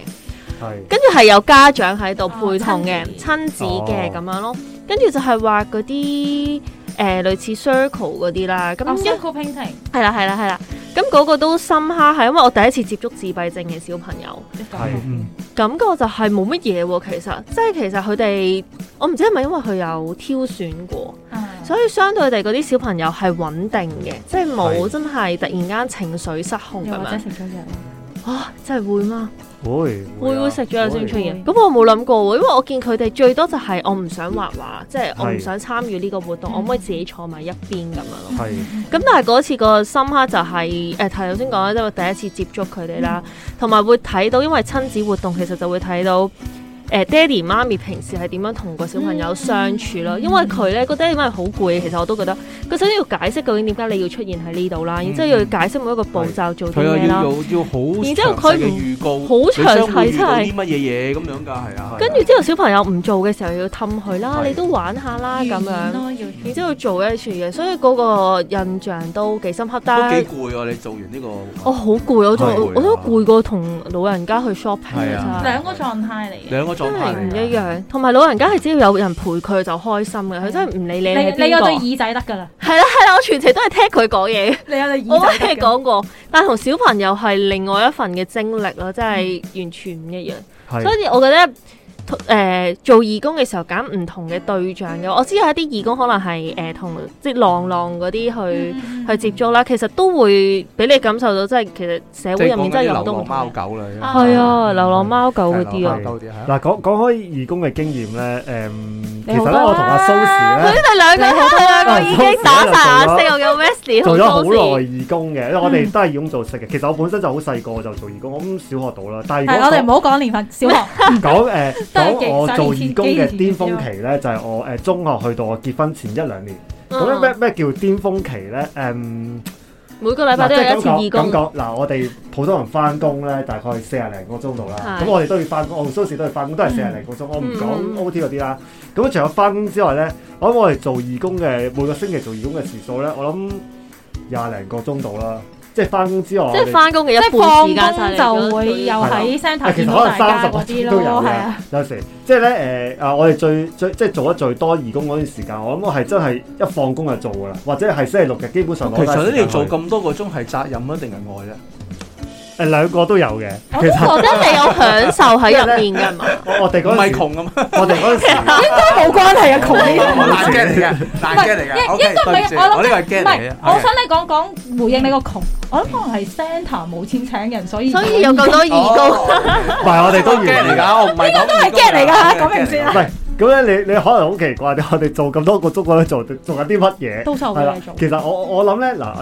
Speaker 1: 係
Speaker 4: 跟住係有家長喺度
Speaker 3: 哦
Speaker 4: 陪同嘅
Speaker 3: 親子
Speaker 4: 啊親子嘅
Speaker 1: 哦
Speaker 4: 咁樣咯。跟住就係畫嗰啲誒類似哦 circle 嗰啲啦。 咁
Speaker 3: 咁
Speaker 4: 一
Speaker 3: 一個 painting
Speaker 4: 係啦係啦係啦。咁嗰個都深刻係因為我第一次接觸自閉症嘅小朋友。
Speaker 3: 一個
Speaker 1: 係
Speaker 2: 嗯
Speaker 4: 感覺就係冇乜嘢喎，其實即係其實佢哋，我唔知係咪因為佢有挑選過，
Speaker 3: 啊
Speaker 4: 所以相對地嗰啲小朋友係穩定嘅，即係
Speaker 1: 係
Speaker 4: 冇真係突然間情緒失控咁
Speaker 3: 又或者
Speaker 4: 樣。
Speaker 3: 食咗藥啦
Speaker 4: 啊，真係會嗎？
Speaker 1: 會
Speaker 4: 會會啊食咗藥先出
Speaker 1: 現。
Speaker 4: 現？咁我冇諗過喎，因為我見佢哋最多就係我唔想畫畫，即係我
Speaker 1: 係
Speaker 4: 唔想參與呢個活動，
Speaker 3: 嗯
Speaker 4: 我可唔可以自己坐埋一邊咁樣咯？
Speaker 1: 係
Speaker 4: 咁但係嗰次個深刻就係誒頭先講啦，即係我第一次接觸佢哋啦，同埋會睇到，因為親子活動其實就會睇到誒、爹哋媽咪平時係點樣同個小朋友相處咯。
Speaker 3: 嗯
Speaker 4: 因為佢咧個爹哋哎媽咪好攰，其實我都覺得佢首先要解釋究竟點解你要出現喺呢度啦，然之後要解釋每一個步驟做
Speaker 2: 佢
Speaker 4: 啲
Speaker 2: 啊要
Speaker 4: 咩啦
Speaker 2: 要，要好，
Speaker 4: 然之後佢唔
Speaker 2: 預告，
Speaker 4: 好
Speaker 2: 你將會
Speaker 4: 詳細
Speaker 2: 遇
Speaker 4: 真
Speaker 2: 到
Speaker 4: 係
Speaker 2: 啲。乜嘢嘢咁樣㗎，係啊。
Speaker 4: 跟住之後小朋友唔做嘅時候要氹佢啦，
Speaker 1: 係
Speaker 4: 你都玩下啦咁樣。
Speaker 3: 咯，要
Speaker 4: 然之後做一處嘢，所以嗰個印象都幾深刻。但
Speaker 2: 都
Speaker 4: 係
Speaker 2: 幾攰喎！你做完呢個，
Speaker 4: 我哦好攰，我仲
Speaker 1: 係
Speaker 2: 攰啊
Speaker 4: 我都攰過同老人家去 shopping
Speaker 2: 係啊
Speaker 4: 啊，
Speaker 3: 兩個狀態嚟嘅。
Speaker 2: 兩個狀
Speaker 4: 真係
Speaker 2: 態嚟
Speaker 4: 唔
Speaker 2: 啊㗎
Speaker 4: 一。樣。同埋老人家係只要有人陪佢就開心嘅，佢真係唔理你
Speaker 3: 嗯你
Speaker 4: 係
Speaker 3: 你有
Speaker 4: 邊個。
Speaker 3: 對耳仔得㗎啦，
Speaker 4: 係啦係啦，我全程都係聽佢講嘢嘅，
Speaker 3: 你有對
Speaker 4: 我
Speaker 3: 耳
Speaker 4: 聽
Speaker 3: 仔
Speaker 4: 佢
Speaker 3: 得㗎。
Speaker 4: 講過。但係同小朋友係另外一份嘅精力咯，真
Speaker 3: 嗯
Speaker 4: 係完全唔一樣。
Speaker 1: 係
Speaker 4: 所以我覺得。誒、做義工嘅時候揀唔同嘅對象嘅，我知有一啲義工可能係誒同即係浪浪嗰啲
Speaker 2: 嗯
Speaker 4: 去、去接觸啦，其實都會俾你感受到，即係其實
Speaker 2: 即
Speaker 4: 社會
Speaker 2: 係
Speaker 4: 入面
Speaker 2: 講緊
Speaker 4: 真係
Speaker 2: 流
Speaker 4: 有好多唔
Speaker 2: 浪
Speaker 4: 同
Speaker 2: 貓
Speaker 4: 嘅
Speaker 2: 狗啦，
Speaker 4: 係啊，流浪貓狗嗰啲
Speaker 1: 係
Speaker 4: 啊，
Speaker 1: 流
Speaker 2: 狗啲係啊。
Speaker 1: 嗱，講講開義工嘅經驗咧，誒、其實
Speaker 4: 好
Speaker 1: 咧
Speaker 4: 啦
Speaker 1: 我同阿蘇時
Speaker 4: 佢
Speaker 1: 咧
Speaker 4: 哋兩個，佢哋兩個已經打晒眼色，我嘅 Wesley
Speaker 1: 做咗好
Speaker 4: 多
Speaker 1: 耐
Speaker 4: 時
Speaker 1: 義工嘅，因為我哋都係義工做識嘅。其實我本身就好細個就做義工，我咁小學到啦。但係
Speaker 3: 係我哋
Speaker 1: 如
Speaker 3: 唔
Speaker 1: 果
Speaker 3: 好講年份，小學
Speaker 1: 講講誒
Speaker 3: 都係
Speaker 1: 咁
Speaker 3: 幾
Speaker 1: 我做義工嘅
Speaker 3: 幾
Speaker 1: 巔
Speaker 3: 年前
Speaker 1: 峰
Speaker 3: 啫
Speaker 1: 期
Speaker 3: 嘛
Speaker 1: 咧，就係我誒中學去到我結婚前一兩年。咁咧
Speaker 4: 嗯
Speaker 1: 咩咩叫巔峰期咧？誒，
Speaker 4: 每個禮拜都有
Speaker 1: 嗱
Speaker 4: 一次
Speaker 1: 即係
Speaker 4: 義
Speaker 1: 咁講咁
Speaker 4: 工，
Speaker 1: 講嗱，我哋普通人翻工咧，大概四廿零個鐘度啦。
Speaker 4: 係
Speaker 1: 咁我哋都要翻工，我同蘇士都係翻工，都係四廿零個鐘。我唔
Speaker 4: 嗯
Speaker 1: 講 O T 嗰啲啦。咁除咗翻工之外咧，我諗我哋做義工嘅每個星期做義工嘅時數咧，我諗廿零個鐘度啦。即係翻工之外，
Speaker 4: 即
Speaker 1: 我哋
Speaker 4: 係翻工嘅
Speaker 3: 即
Speaker 4: 一
Speaker 3: 係
Speaker 4: 半時
Speaker 3: 放
Speaker 4: 間晒
Speaker 3: 工就會又喺
Speaker 1: 係
Speaker 3: centre
Speaker 1: 啊其
Speaker 3: 見
Speaker 1: 實
Speaker 3: 到
Speaker 1: 可能
Speaker 3: 大
Speaker 1: 三十
Speaker 3: 家
Speaker 1: 個
Speaker 3: 嗰啲
Speaker 1: 鐘都有
Speaker 3: 咯，係
Speaker 1: 嘅
Speaker 3: 啊，，
Speaker 1: 有時即係咧誒啊！我哋最最即係做得最多義工嗰段時間，我諗我係真係一放工就做噶啦，或者係星期六日基本上
Speaker 2: 其
Speaker 1: 攞曬
Speaker 2: 實
Speaker 1: 時
Speaker 2: 你
Speaker 1: 間
Speaker 2: 哋做
Speaker 1: 去
Speaker 2: 咁多個鐘係責任啊定係愛咧？
Speaker 1: 誒兩個都有嘅。
Speaker 3: 我
Speaker 1: 其
Speaker 3: 都
Speaker 1: 實
Speaker 4: 我覺得你有享受喺入面㗎嘛，
Speaker 1: 我我哋
Speaker 2: 唔
Speaker 1: 嗰陣
Speaker 2: 係
Speaker 1: 時，
Speaker 2: 窮咁啊，
Speaker 1: 我哋嗰陣時
Speaker 3: 冇關係啊，
Speaker 1: 窮呢啲
Speaker 2: 我難 get 嚟 嘅，難 get 嚟嘅。
Speaker 3: 應
Speaker 2: OK，
Speaker 3: 應該唔
Speaker 2: 對唔住，
Speaker 3: 係我諗
Speaker 2: 我呢個係
Speaker 3: 唔
Speaker 2: get 嚟
Speaker 3: 係
Speaker 2: 嘅，。
Speaker 3: 我想你講講回應你個窮，我諗可能係 centre 冇錢請人，所以
Speaker 4: 所以有咁多義工。
Speaker 2: 工，
Speaker 1: 唔係我哋都完
Speaker 2: get 嚟 㗎，我唔啊係講
Speaker 3: 都係 get 嚟㗎講明先
Speaker 1: 唔
Speaker 3: 啊
Speaker 1: 係咁咧，你你可能好奇怪，我哋做咁多個鐘，我哋做做緊啲乜嘢？
Speaker 3: 都受
Speaker 1: 係啦
Speaker 3: 嘅做，。
Speaker 1: 其實我我諗咧嗱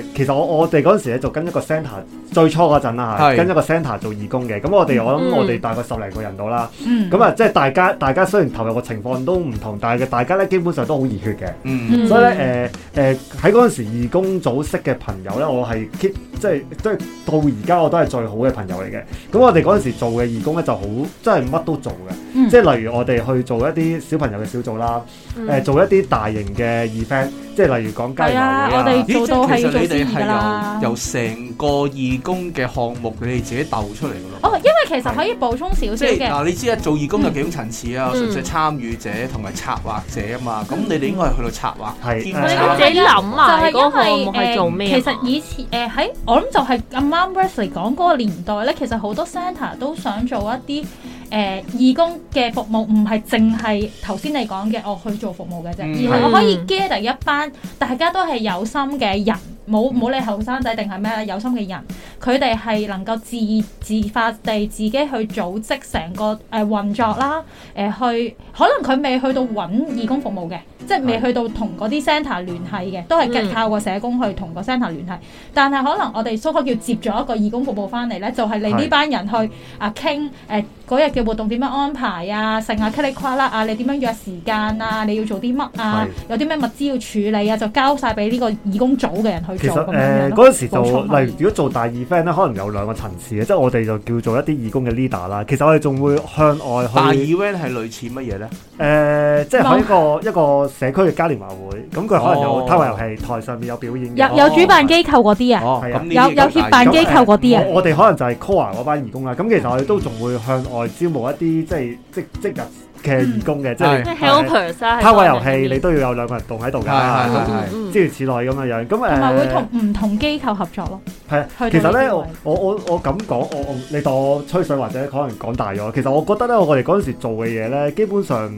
Speaker 1: 誒誒，其實我我哋嗰陣時咧就跟一個 centre 最初嗰陣啦嚇，
Speaker 2: 係
Speaker 1: 跟一個 centre 做義工嘅。咁我哋我諗
Speaker 4: 嗯
Speaker 1: 我哋大概十零個人到啦。
Speaker 3: 嗯
Speaker 1: 咁啊，即係大家大家雖然投入嘅情況都唔同，但係大家咧基本上都好熱血嘅。
Speaker 2: 嗯，
Speaker 1: 所以咧誒誒喺嗰陣時義工組識嘅朋友咧，我係 keep 即係都係到而家我都係最好嘅朋友嚟嘅。咁我哋嗰陣時做嘅義工咧就好，真係乜都做嘅。
Speaker 3: 嗯
Speaker 1: 即係例如我哋去做一啲小朋友嘅小組啦，誒、
Speaker 4: 嗯
Speaker 1: 做一啲大型嘅 event，即係例如講街
Speaker 3: 係
Speaker 1: 遊
Speaker 3: 啊
Speaker 1: 會
Speaker 3: 我哋
Speaker 1: 啊。
Speaker 2: 咦，即係其實你哋
Speaker 3: 做到係做司儀㗎啦
Speaker 2: 係由由成個義工嘅項目，你哋自己鬥出嚟㗎咯。
Speaker 3: 哦，因為其實可以補充少少
Speaker 2: 即係
Speaker 3: 嘅，
Speaker 2: 嗱，你知啦，啊做義工有幾種層次啊，
Speaker 4: 嗯
Speaker 2: 純粹參與者同埋策劃者啊
Speaker 3: 嗯
Speaker 2: 嘛。咁你哋應該係去到策劃
Speaker 1: 係
Speaker 2: 兼
Speaker 1: 我哋
Speaker 4: 你
Speaker 2: 策
Speaker 4: 自己諗埋
Speaker 3: 就
Speaker 4: 嗰個
Speaker 3: 係
Speaker 4: 項
Speaker 3: 因
Speaker 4: 目
Speaker 3: 為
Speaker 4: 係做
Speaker 3: 誒，
Speaker 4: 咩啊？
Speaker 3: 其實以前誒喺我諗就係咁啱 Wesley 講嗰個年代咧，其實好多 centre 都想做一啲誒義工嘅服務，唔係淨係頭先你講嘅我去做服務嘅啫，
Speaker 2: 嗯
Speaker 3: 而係我可以
Speaker 4: 嗯
Speaker 3: gather 一班大家都係有心嘅人，冇冇你後生仔定係咩啊有心嘅人，佢哋係能夠自自發地自己去組織成個誒、呃、運作啦，誒、去可能佢未去到揾義工服務嘅，即係未
Speaker 1: 係
Speaker 3: 去到同嗰啲 centre 聯繫嘅，都係
Speaker 4: 嗯
Speaker 3: 靠個社工去同個 centre 聯繫。但係可能我哋蘇科叫接咗一個義工服務翻嚟咧，就係、你呢
Speaker 1: 係
Speaker 3: 班人去啊傾誒嗰日嘅活動點樣安排啊，剩啊 k i 跨啦啊，你點樣約時間啊，你要做啲乜啊
Speaker 1: 係，
Speaker 3: 有啲咩物資要處理啊，就交晒俾呢個義工組嘅人去
Speaker 1: 其
Speaker 3: 做
Speaker 1: 實呃
Speaker 3: 咁
Speaker 1: 誒
Speaker 3: 樣樣咯。
Speaker 1: 嗰陣時就
Speaker 3: 冇錯
Speaker 1: 例如如果做大 event 咧，可能有兩個層次嘅，即係我哋就叫做一啲義工嘅 leader 啦。其實我哋仲會向外去
Speaker 2: 大 event 係類似乜嘢咧？
Speaker 1: 誒、呃即係喺一個一個社區嘅嘉年華會，咁佢可能有
Speaker 2: 哦
Speaker 1: 攤位遊戲，台上面有表演嘅。
Speaker 3: 有有主辦機構嗰啲啊，
Speaker 2: 哦，
Speaker 1: 係啊
Speaker 2: 咁呢啲
Speaker 3: 有有
Speaker 2: 亦都係
Speaker 3: 協辦機構嗰啲啊
Speaker 1: 咁誒我我哋可能就係 core 嗰班義工啦。咁其實我哋都仲會向外招募一啲即係即即日嘅義工嘅，即係
Speaker 2: 嗯係
Speaker 4: 即係 helpers 啦，
Speaker 1: 攤位遊戲你都要有兩個人動喺度㗎。
Speaker 2: 係係
Speaker 4: 嗯
Speaker 2: 係
Speaker 4: 嗯
Speaker 1: 諸如此類咁樣樣，咁誒，
Speaker 3: 同埋會同唔同機構合作咯。
Speaker 1: 係啊
Speaker 3: 去
Speaker 1: 其
Speaker 3: 到
Speaker 1: 實
Speaker 3: 呢
Speaker 1: 咧，
Speaker 3: 啲
Speaker 1: 我
Speaker 3: 位
Speaker 1: 我我我咁講，我我你當我吹水或者可能講大咗，其實我覺得咧，我哋嗰陣時做嘅嘢咧，基本上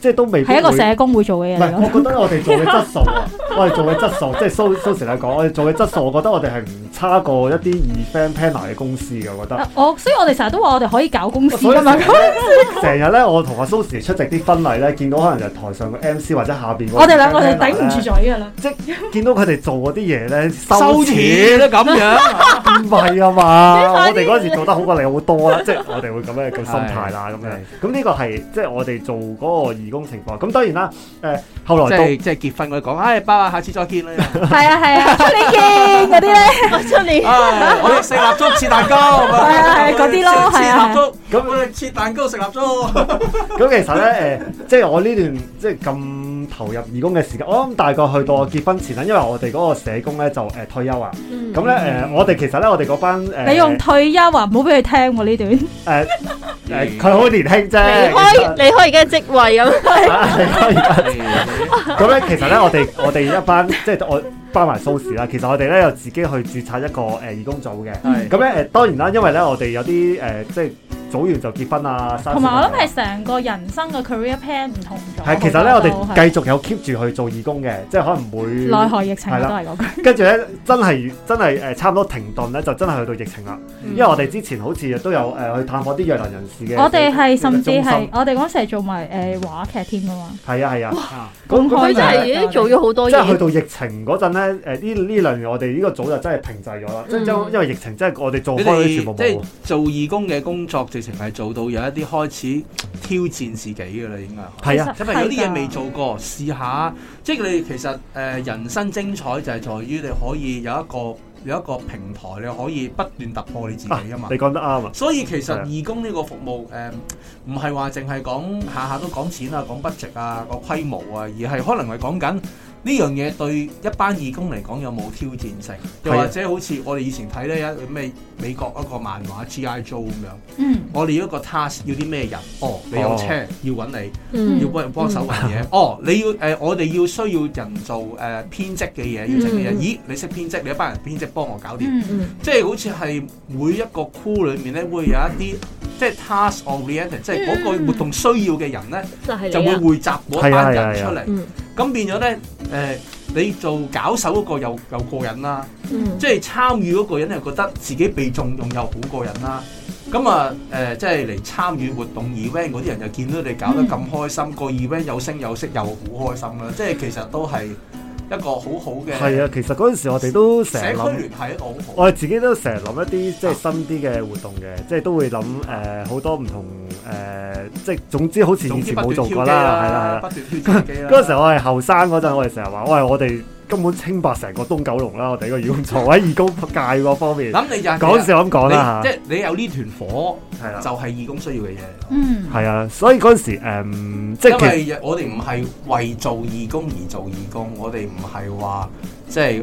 Speaker 1: 即係都未必
Speaker 3: 係一個
Speaker 1: 會
Speaker 3: 社工會做嘅
Speaker 1: 唔
Speaker 3: 嘢嚟
Speaker 1: 係，
Speaker 3: 咯。
Speaker 1: 我覺得我哋做嘅質素啊， 我哋做嘅質素，即係蘇蘇 Sir 你講，我哋做嘅質素，我覺得我哋係唔差過一啲二 friend panel 嘅公司嘅，我覺 得。
Speaker 3: 啊我所以我哋成日都話我哋可以搞公司
Speaker 1: 所以
Speaker 3: 㗎嘛。
Speaker 1: 成日成日咧，我同阿蘇 Sir 出席啲婚禮咧，見到可能就台上嘅 MC 或者下邊嗰個
Speaker 3: 我哋兩個就
Speaker 1: friend
Speaker 3: 頂唔
Speaker 1: panel
Speaker 3: 住
Speaker 1: 呢
Speaker 3: 嘴㗎啦。
Speaker 1: 見到佢哋做嗰啲嘢咧，
Speaker 2: 收錢
Speaker 1: 錢
Speaker 2: 都咁樣，
Speaker 1: 唔係啊嘛！我
Speaker 4: 快啲
Speaker 1: 哋嗰陣時做得好過你好多啊 啦，即係我哋會咁樣嘅心態啦，咁樣。咁呢個係即係我哋做嗰個義工情況。咁當然啦，誒後
Speaker 2: 即
Speaker 1: 來到
Speaker 2: 係即係結婚我哋講，唉，拜拜，下次再見 啦。
Speaker 3: 係啊係啊，出嚟見嗰啲咧，
Speaker 4: 我出年
Speaker 2: 唉哎我哋食蠟燭切蛋糕，係
Speaker 3: 係啊係啊嗰啲咯係啊係啊
Speaker 2: 蠟燭，
Speaker 1: 咁
Speaker 2: 咁我哋切蛋糕食蠟燭。
Speaker 1: 咁其實咧，誒、即係我呢段即係咁投入義工嘅時間，我諗大概去到我結婚前啦，因為我哋嗰個社工咧就誒、退休啊。咁咧誒，我哋其實咧，我哋嗰班誒，
Speaker 3: 嗯你用退休啊，唔好俾佢聽喎呢段。
Speaker 1: 誒誒，佢好年輕啫。
Speaker 4: 離開離開而家嘅職位咁，
Speaker 1: 離開咁咧，其實咧，我哋 我哋一班即係我包埋蘇士啦。其實我哋咧有自己去註冊一個誒、義工組嘅。
Speaker 2: 係
Speaker 1: 咁咧誒，當然啦，因為咧我哋有啲誒、即係早完就結婚啊，生小
Speaker 3: 同埋我
Speaker 1: 朋友
Speaker 3: 諗係成個人生嘅 career plan 唔同咗。
Speaker 1: 係其實咧，我哋
Speaker 3: 係
Speaker 1: 繼續有 keep 住去做義工嘅，即係可能每
Speaker 3: 內河疫情
Speaker 1: 係
Speaker 3: 啊
Speaker 1: 啦
Speaker 3: 都係嗰句。
Speaker 1: 跟住咧，真係真係誒，差唔多停頓咧，就真係去到疫情啦。因為我哋之前好似都有誒、去探訪啲弱能人士嘅，
Speaker 3: 嗯我哋係甚至
Speaker 1: 中
Speaker 3: 係
Speaker 1: 心
Speaker 3: 我哋嗰時係做埋誒話劇添噶嘛。
Speaker 1: 係啊係啊，
Speaker 3: 咁
Speaker 1: 咁
Speaker 4: 佢
Speaker 3: 開
Speaker 1: 咁
Speaker 4: 真係已經做咗好多
Speaker 1: 即係去
Speaker 4: 嘢。
Speaker 1: 到疫情嗰陣咧，誒呢呢兩年我哋呢個組就真係停滯咗啦，即係因
Speaker 4: 嗯
Speaker 1: 因為疫情真係我哋做
Speaker 2: 你
Speaker 1: 開嗰啲
Speaker 2: 哋
Speaker 1: 全部
Speaker 2: 即係
Speaker 1: 冇，
Speaker 2: 做義工嘅工作就直情係做到有一啲開始挑戰自己嘅啦，應該係。
Speaker 1: 係啊，
Speaker 2: 因為有啲嘢未
Speaker 3: 㗎
Speaker 2: 做過，試下。即係你其實誒、呃人生精彩就係在於你可以有一個有一個平台，你可以不斷突破你自己啊嘛。
Speaker 1: 你講得啱啊，
Speaker 2: 所以其
Speaker 1: 係啊
Speaker 2: 實義工呢個服務誒，唔係話淨係講下下都講錢啊、講 budget 啊、個規模啊，而係可能係講緊呢樣嘢對一班義工嚟講有冇挑戰性，又
Speaker 1: 係啊
Speaker 2: 或者好似我哋以前睇咧有一咩美國一個漫畫 G.I. Joe 咁樣，
Speaker 3: 嗯，
Speaker 2: 我哋要一個 task 要啲咩人？哦，你有車要揾你。
Speaker 4: 嗯
Speaker 2: 要幫人幫手揾嘢。哦，你要誒、呃我哋要需要人做誒、呃、編輯嘅嘢，要整嘅嘢。
Speaker 4: 嗯
Speaker 2: 咦，你識編輯，你一班人編輯幫我搞掂。
Speaker 3: 嗯，
Speaker 4: 嗯
Speaker 2: 即係好似係每一個 crew 裏面咧，會有一啲即係 task oriented，即係嗰個活動需要嘅人咧，
Speaker 4: 就係啊
Speaker 2: 就
Speaker 4: 你
Speaker 2: 會
Speaker 4: 啦，
Speaker 2: 匯集嗰班
Speaker 1: 係啊
Speaker 2: 人
Speaker 1: 係
Speaker 2: 出
Speaker 1: 啊
Speaker 2: 嚟。
Speaker 4: 嗯
Speaker 2: 咁變咗咧誒，你做搞手嗰個又又過癮啦。
Speaker 4: 嗯
Speaker 2: 即係參與嗰個人又覺得自己被重用又好過人啦。咁啊誒，即係嚟參與活動 event 嗰啲人又見到你搞得咁開心，個 event 有聲有色又好開心啦。即係其實都係一個好好嘅
Speaker 1: 係啊，其實嗰陣時我哋都成日
Speaker 2: 社
Speaker 1: 諗
Speaker 2: 區。聯繫一個好好。
Speaker 1: 我哋自己都成日諗一啲即係新啲嘅活動嘅，即係都會諗誒好多唔同誒、呃即係總之好似以
Speaker 2: 總之
Speaker 1: 前
Speaker 2: 不
Speaker 1: 冇
Speaker 2: 斷
Speaker 1: 做
Speaker 2: 挑
Speaker 1: 過
Speaker 2: 機
Speaker 1: 啦，係啦
Speaker 2: 啦，
Speaker 1: 係啦。
Speaker 2: 不斷挑機啦。
Speaker 1: 嗰陣時我係後生嗰陣，我哋成日話，喂，我哋根本清白成個東九龍啦，我哋個義工座喺義工界嗰方面，
Speaker 2: 諗你就係
Speaker 1: 講笑咁講
Speaker 2: 你
Speaker 1: 啦
Speaker 2: 即
Speaker 1: 嚇，
Speaker 2: 係你有呢團火，
Speaker 1: 係
Speaker 2: 就
Speaker 1: 啦，
Speaker 2: 係義工需要嘅嘢嚟咯。
Speaker 3: 嗯，
Speaker 1: 係啊，所以嗰陣時誒，嗯即係其
Speaker 2: 因
Speaker 1: 實
Speaker 2: 為我哋唔係為做義工而做義工，我哋唔係話即係誒誒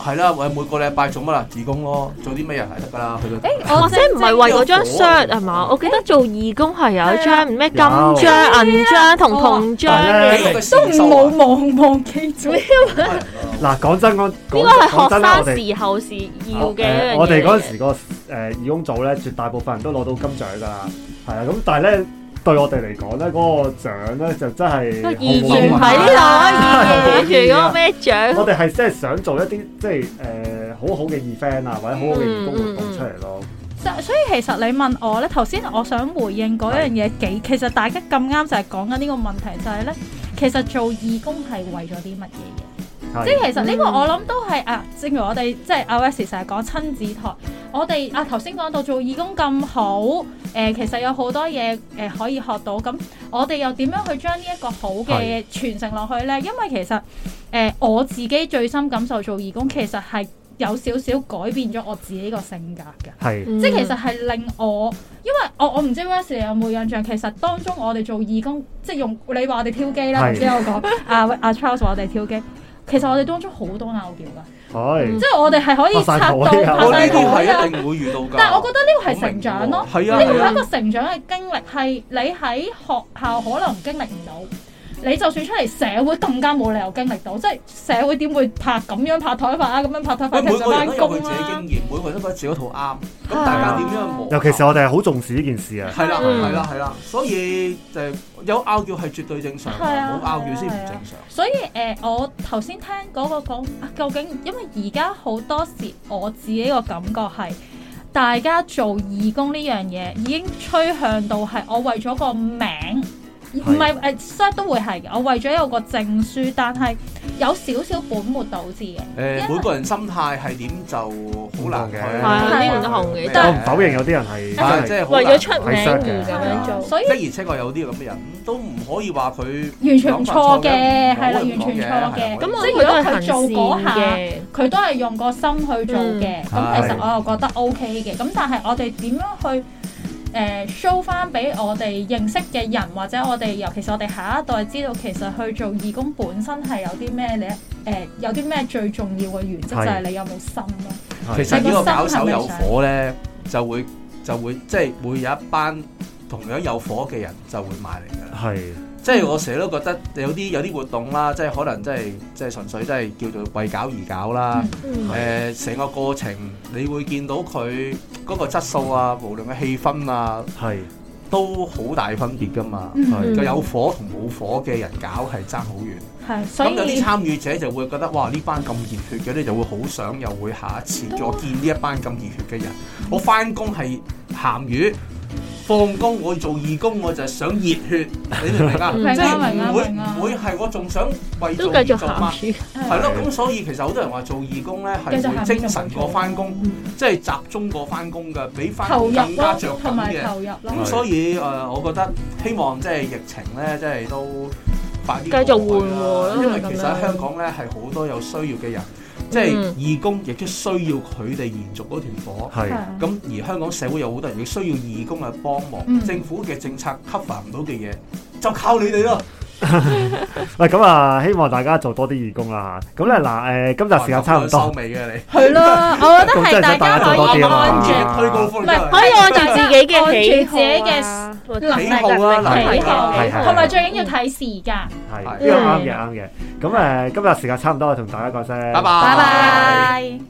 Speaker 2: 係啦，喂每個禮拜做乜啦？義工咯，做啲咩嘢係得㗎啦，去到。
Speaker 3: 我
Speaker 4: 或者唔係為嗰張 shirt 係嘛？我記得做義工係有一張咩金章、銀章同銅章
Speaker 1: 有
Speaker 4: 嘅
Speaker 1: 啊，
Speaker 3: 都唔冇忘忘記咗。
Speaker 2: 嗱，
Speaker 1: 嗱講真講
Speaker 4: 呢
Speaker 1: 講
Speaker 4: 個係
Speaker 1: 講真啦，我
Speaker 4: 學
Speaker 1: 哋
Speaker 4: 生。時候時要嘅一樣嘢
Speaker 1: 誒我哋嗰陣時個誒義工組咧，絕大部分人都攞到金獎㗎啦，係啊，咁但係咧對我哋嚟講咧，嗰個獎咧就真係
Speaker 4: 個
Speaker 1: 毫
Speaker 4: 意
Speaker 1: 無
Speaker 4: 願
Speaker 1: 意義
Speaker 4: 喺
Speaker 1: 毫
Speaker 4: 呢
Speaker 1: 無
Speaker 4: 度，
Speaker 1: 意
Speaker 4: 意
Speaker 1: 義
Speaker 4: 住嗰
Speaker 1: 啊
Speaker 4: 個咩獎？
Speaker 1: 我哋係真係想做一啲即係誒、呃好好嘅 event 啊，或者好好嘅
Speaker 4: 嗯
Speaker 1: 義工活動出嚟咯。
Speaker 3: 所 所以其實你問我咧，頭先我想回應嗰樣嘢幾，其實大家咁啱就係講緊呢個問題，就係、咧，其實做義工係為咗啲乜嘢嘢？
Speaker 1: 係
Speaker 3: 即係其實呢個
Speaker 4: 嗯
Speaker 3: 我諗都係啊，正如我哋即係阿 Wes 成日講親子台，我哋啊頭先講到做義工咁好，誒、其實有好多嘢誒、可以學到，咁我哋又點樣去將呢一個好嘅
Speaker 1: 係
Speaker 3: 傳承落去呢？因為其實誒、我自己最深感受做義工其實係有少少改變咗我自己個性格㗎。
Speaker 1: 係
Speaker 4: 即
Speaker 3: 即係其實係令我，因為我我唔知 Wes 你有冇印象，其實當中我哋做義工，即係用你話我哋挑機啦，
Speaker 1: 係
Speaker 3: 唔知我 講啊阿 Charles 話我哋挑機，其實我哋當中好多拗撬噶，
Speaker 1: 係
Speaker 2: 嗯
Speaker 3: 即係我哋係可以
Speaker 1: 拍
Speaker 3: 拆
Speaker 1: 嗯晒
Speaker 3: 到
Speaker 1: 台啊
Speaker 2: 哦我呢
Speaker 3: 拍晒
Speaker 2: 啲
Speaker 3: 台
Speaker 2: 係
Speaker 3: 啊
Speaker 2: 一，定會遇到㗎。
Speaker 3: 但係我覺得呢個係成長咯，
Speaker 2: 係
Speaker 3: 呢
Speaker 2: 啊，
Speaker 3: 個
Speaker 2: 係
Speaker 3: 係一
Speaker 2: 啊
Speaker 3: 個成長嘅經歷，係你喺學校可能經歷唔到，你就算出嚟社會更加冇理由經歷到，即係社會點會拍咁樣拍台法啊，咁樣拍台法
Speaker 2: 喂，
Speaker 3: 其
Speaker 2: 每
Speaker 3: 實
Speaker 2: 個人都
Speaker 3: 翻
Speaker 2: 有佢
Speaker 3: 工
Speaker 2: 自己
Speaker 3: 啦，
Speaker 2: 經驗，每個人都覺得自己嗰套啱。咁
Speaker 3: 係啊
Speaker 2: 大家點樣磨合？
Speaker 1: 尤其是我哋係好重視呢件事啊。
Speaker 2: 係啦，
Speaker 4: 嗯
Speaker 2: 係啦，係啦，所以就係有拗撬係絕對正常，
Speaker 3: 係啊
Speaker 2: 冇拗撬先唔
Speaker 3: 係啊
Speaker 2: 正常。
Speaker 3: 所以誒、呃我頭先聽嗰個講，啊究竟因為而家好多時我自己個感覺係，大家做義工呢樣嘢已經趨向到係我為咗個名，唔係誒 s h 都會係嘅，我為咗有個證書，但係有少少本末倒置嘅。
Speaker 2: 誒，每個人心態係點就好難去。啊
Speaker 1: 係
Speaker 4: 啊
Speaker 3: 呢
Speaker 4: 個都紅嘅
Speaker 1: 我
Speaker 4: 但
Speaker 1: 唔否認有啲人係真
Speaker 2: 但係即
Speaker 1: 係
Speaker 2: 係好
Speaker 4: 為
Speaker 2: 難
Speaker 4: 咗出名而咁樣做。
Speaker 3: 所以
Speaker 2: 的而且確有啲咁嘅人，都唔可以話佢
Speaker 3: 完全唔錯嘅，
Speaker 2: 諗
Speaker 3: 係
Speaker 2: 法
Speaker 3: 啦，
Speaker 2: 錯嘅
Speaker 3: 完全錯嘅。
Speaker 2: 咁
Speaker 4: 咁
Speaker 3: 即係
Speaker 4: 我
Speaker 3: 如
Speaker 4: 覺
Speaker 3: 果
Speaker 4: 得
Speaker 3: 佢
Speaker 4: 係行
Speaker 3: 做嗰
Speaker 4: 善
Speaker 3: 下。
Speaker 4: 嘅，
Speaker 3: 佢都係用個心去做嘅，咁、
Speaker 2: 嗯
Speaker 3: 其實
Speaker 1: 係
Speaker 3: 我又覺得 O K 嘅。咁但係我哋點樣去誒、呃 show 翻俾我哋認識嘅人，或者我哋尤其是我哋下一代知道，其實去做義工本身係有啲咩咧？誒、有啲咩最重要嘅原則就
Speaker 1: 係
Speaker 3: 係你有冇心咯。
Speaker 2: 其實呢個搞手有火咧，
Speaker 3: 你
Speaker 2: 就會就會即係會有一班同樣有火嘅人就會買嚟㗎啦。
Speaker 1: 係
Speaker 2: 即係我成日都覺得有啲有啲活動啦，即係可能即係即係純粹即係叫做為搞而搞啦。
Speaker 4: 嗯
Speaker 2: 誒，成個過程你會見到佢嗰個質素啊，無論嘅氣氛啊，
Speaker 1: 係
Speaker 2: 都好大分別㗎嘛。
Speaker 1: 係
Speaker 2: 就
Speaker 4: 嗯
Speaker 2: 有火同冇火嘅人搞係爭好遠。
Speaker 3: 係，所
Speaker 2: 咁有啲
Speaker 3: 以
Speaker 2: 參與者就會覺得哇！呢班咁熱血嘅咧，就會好想又會下一次再見呢一班咁熱血嘅人。我翻工係鹹魚，放工我做義工，我就係想熱血，你明唔明啊？
Speaker 4: 明啊
Speaker 2: 即係
Speaker 3: 明啊
Speaker 2: 唔會
Speaker 3: 明啊
Speaker 2: 唔會係我仲想為
Speaker 4: 都
Speaker 2: 做
Speaker 4: 繼
Speaker 2: 而
Speaker 4: 續
Speaker 2: 做嘛？
Speaker 4: 鹹魚，
Speaker 2: 係咯，咁所以其實好多人話做義工咧係
Speaker 3: 繼續
Speaker 2: 會
Speaker 3: 行
Speaker 2: 精神過翻工，
Speaker 3: 嗯
Speaker 2: 即係集中過翻工嘅，比翻
Speaker 3: 投
Speaker 2: 工
Speaker 3: 入
Speaker 2: 更加
Speaker 3: 咯
Speaker 2: 着，緊
Speaker 3: 同埋
Speaker 2: 嘅。
Speaker 3: 投入咯。
Speaker 2: 咁所以誒、呃我覺得希望即係疫情咧，即係都快啲
Speaker 4: 繼續
Speaker 2: 過去啦
Speaker 4: 緩和咯
Speaker 2: 因為其實
Speaker 3: 咁樣
Speaker 2: 喺香港咧係好多有需要嘅人，即係
Speaker 4: 嗯
Speaker 2: 義工亦都需要佢哋延續嗰團火。
Speaker 1: 係
Speaker 3: 係
Speaker 2: 咁而香港社會有好多人亦需要義工嘅幫忙，
Speaker 3: 嗯
Speaker 2: 政府嘅政策 cover 唔到嘅嘢，就靠你哋啦。
Speaker 1: 喂，咁啊，希望大家做多啲義工啦嚇。咁
Speaker 2: 嗯
Speaker 1: 咧嗱，誒，今集時間差唔
Speaker 2: 收
Speaker 1: 多，
Speaker 2: 尾嘅你，
Speaker 3: 係咯，我覺得
Speaker 1: 咁真係
Speaker 3: 係
Speaker 1: 想
Speaker 3: 大
Speaker 1: 大家
Speaker 3: 家
Speaker 1: 做
Speaker 3: 可
Speaker 1: 多
Speaker 3: 以
Speaker 1: 啲啊
Speaker 3: 按
Speaker 1: 嘛
Speaker 3: 住
Speaker 2: 推高福利真係
Speaker 3: 唔係
Speaker 4: 可以按住自己嘅喜
Speaker 3: 自己嘅
Speaker 4: 好啊
Speaker 3: 能
Speaker 2: 喜好啊能力
Speaker 3: 力喜好
Speaker 1: 係係
Speaker 3: 同埋最緊要睇時間。
Speaker 1: 係呢
Speaker 2: 係
Speaker 1: 個啱嘅啱嘅。咁誒，今日時間差唔多，同大家講聲，
Speaker 2: 拜拜。
Speaker 3: 拜拜。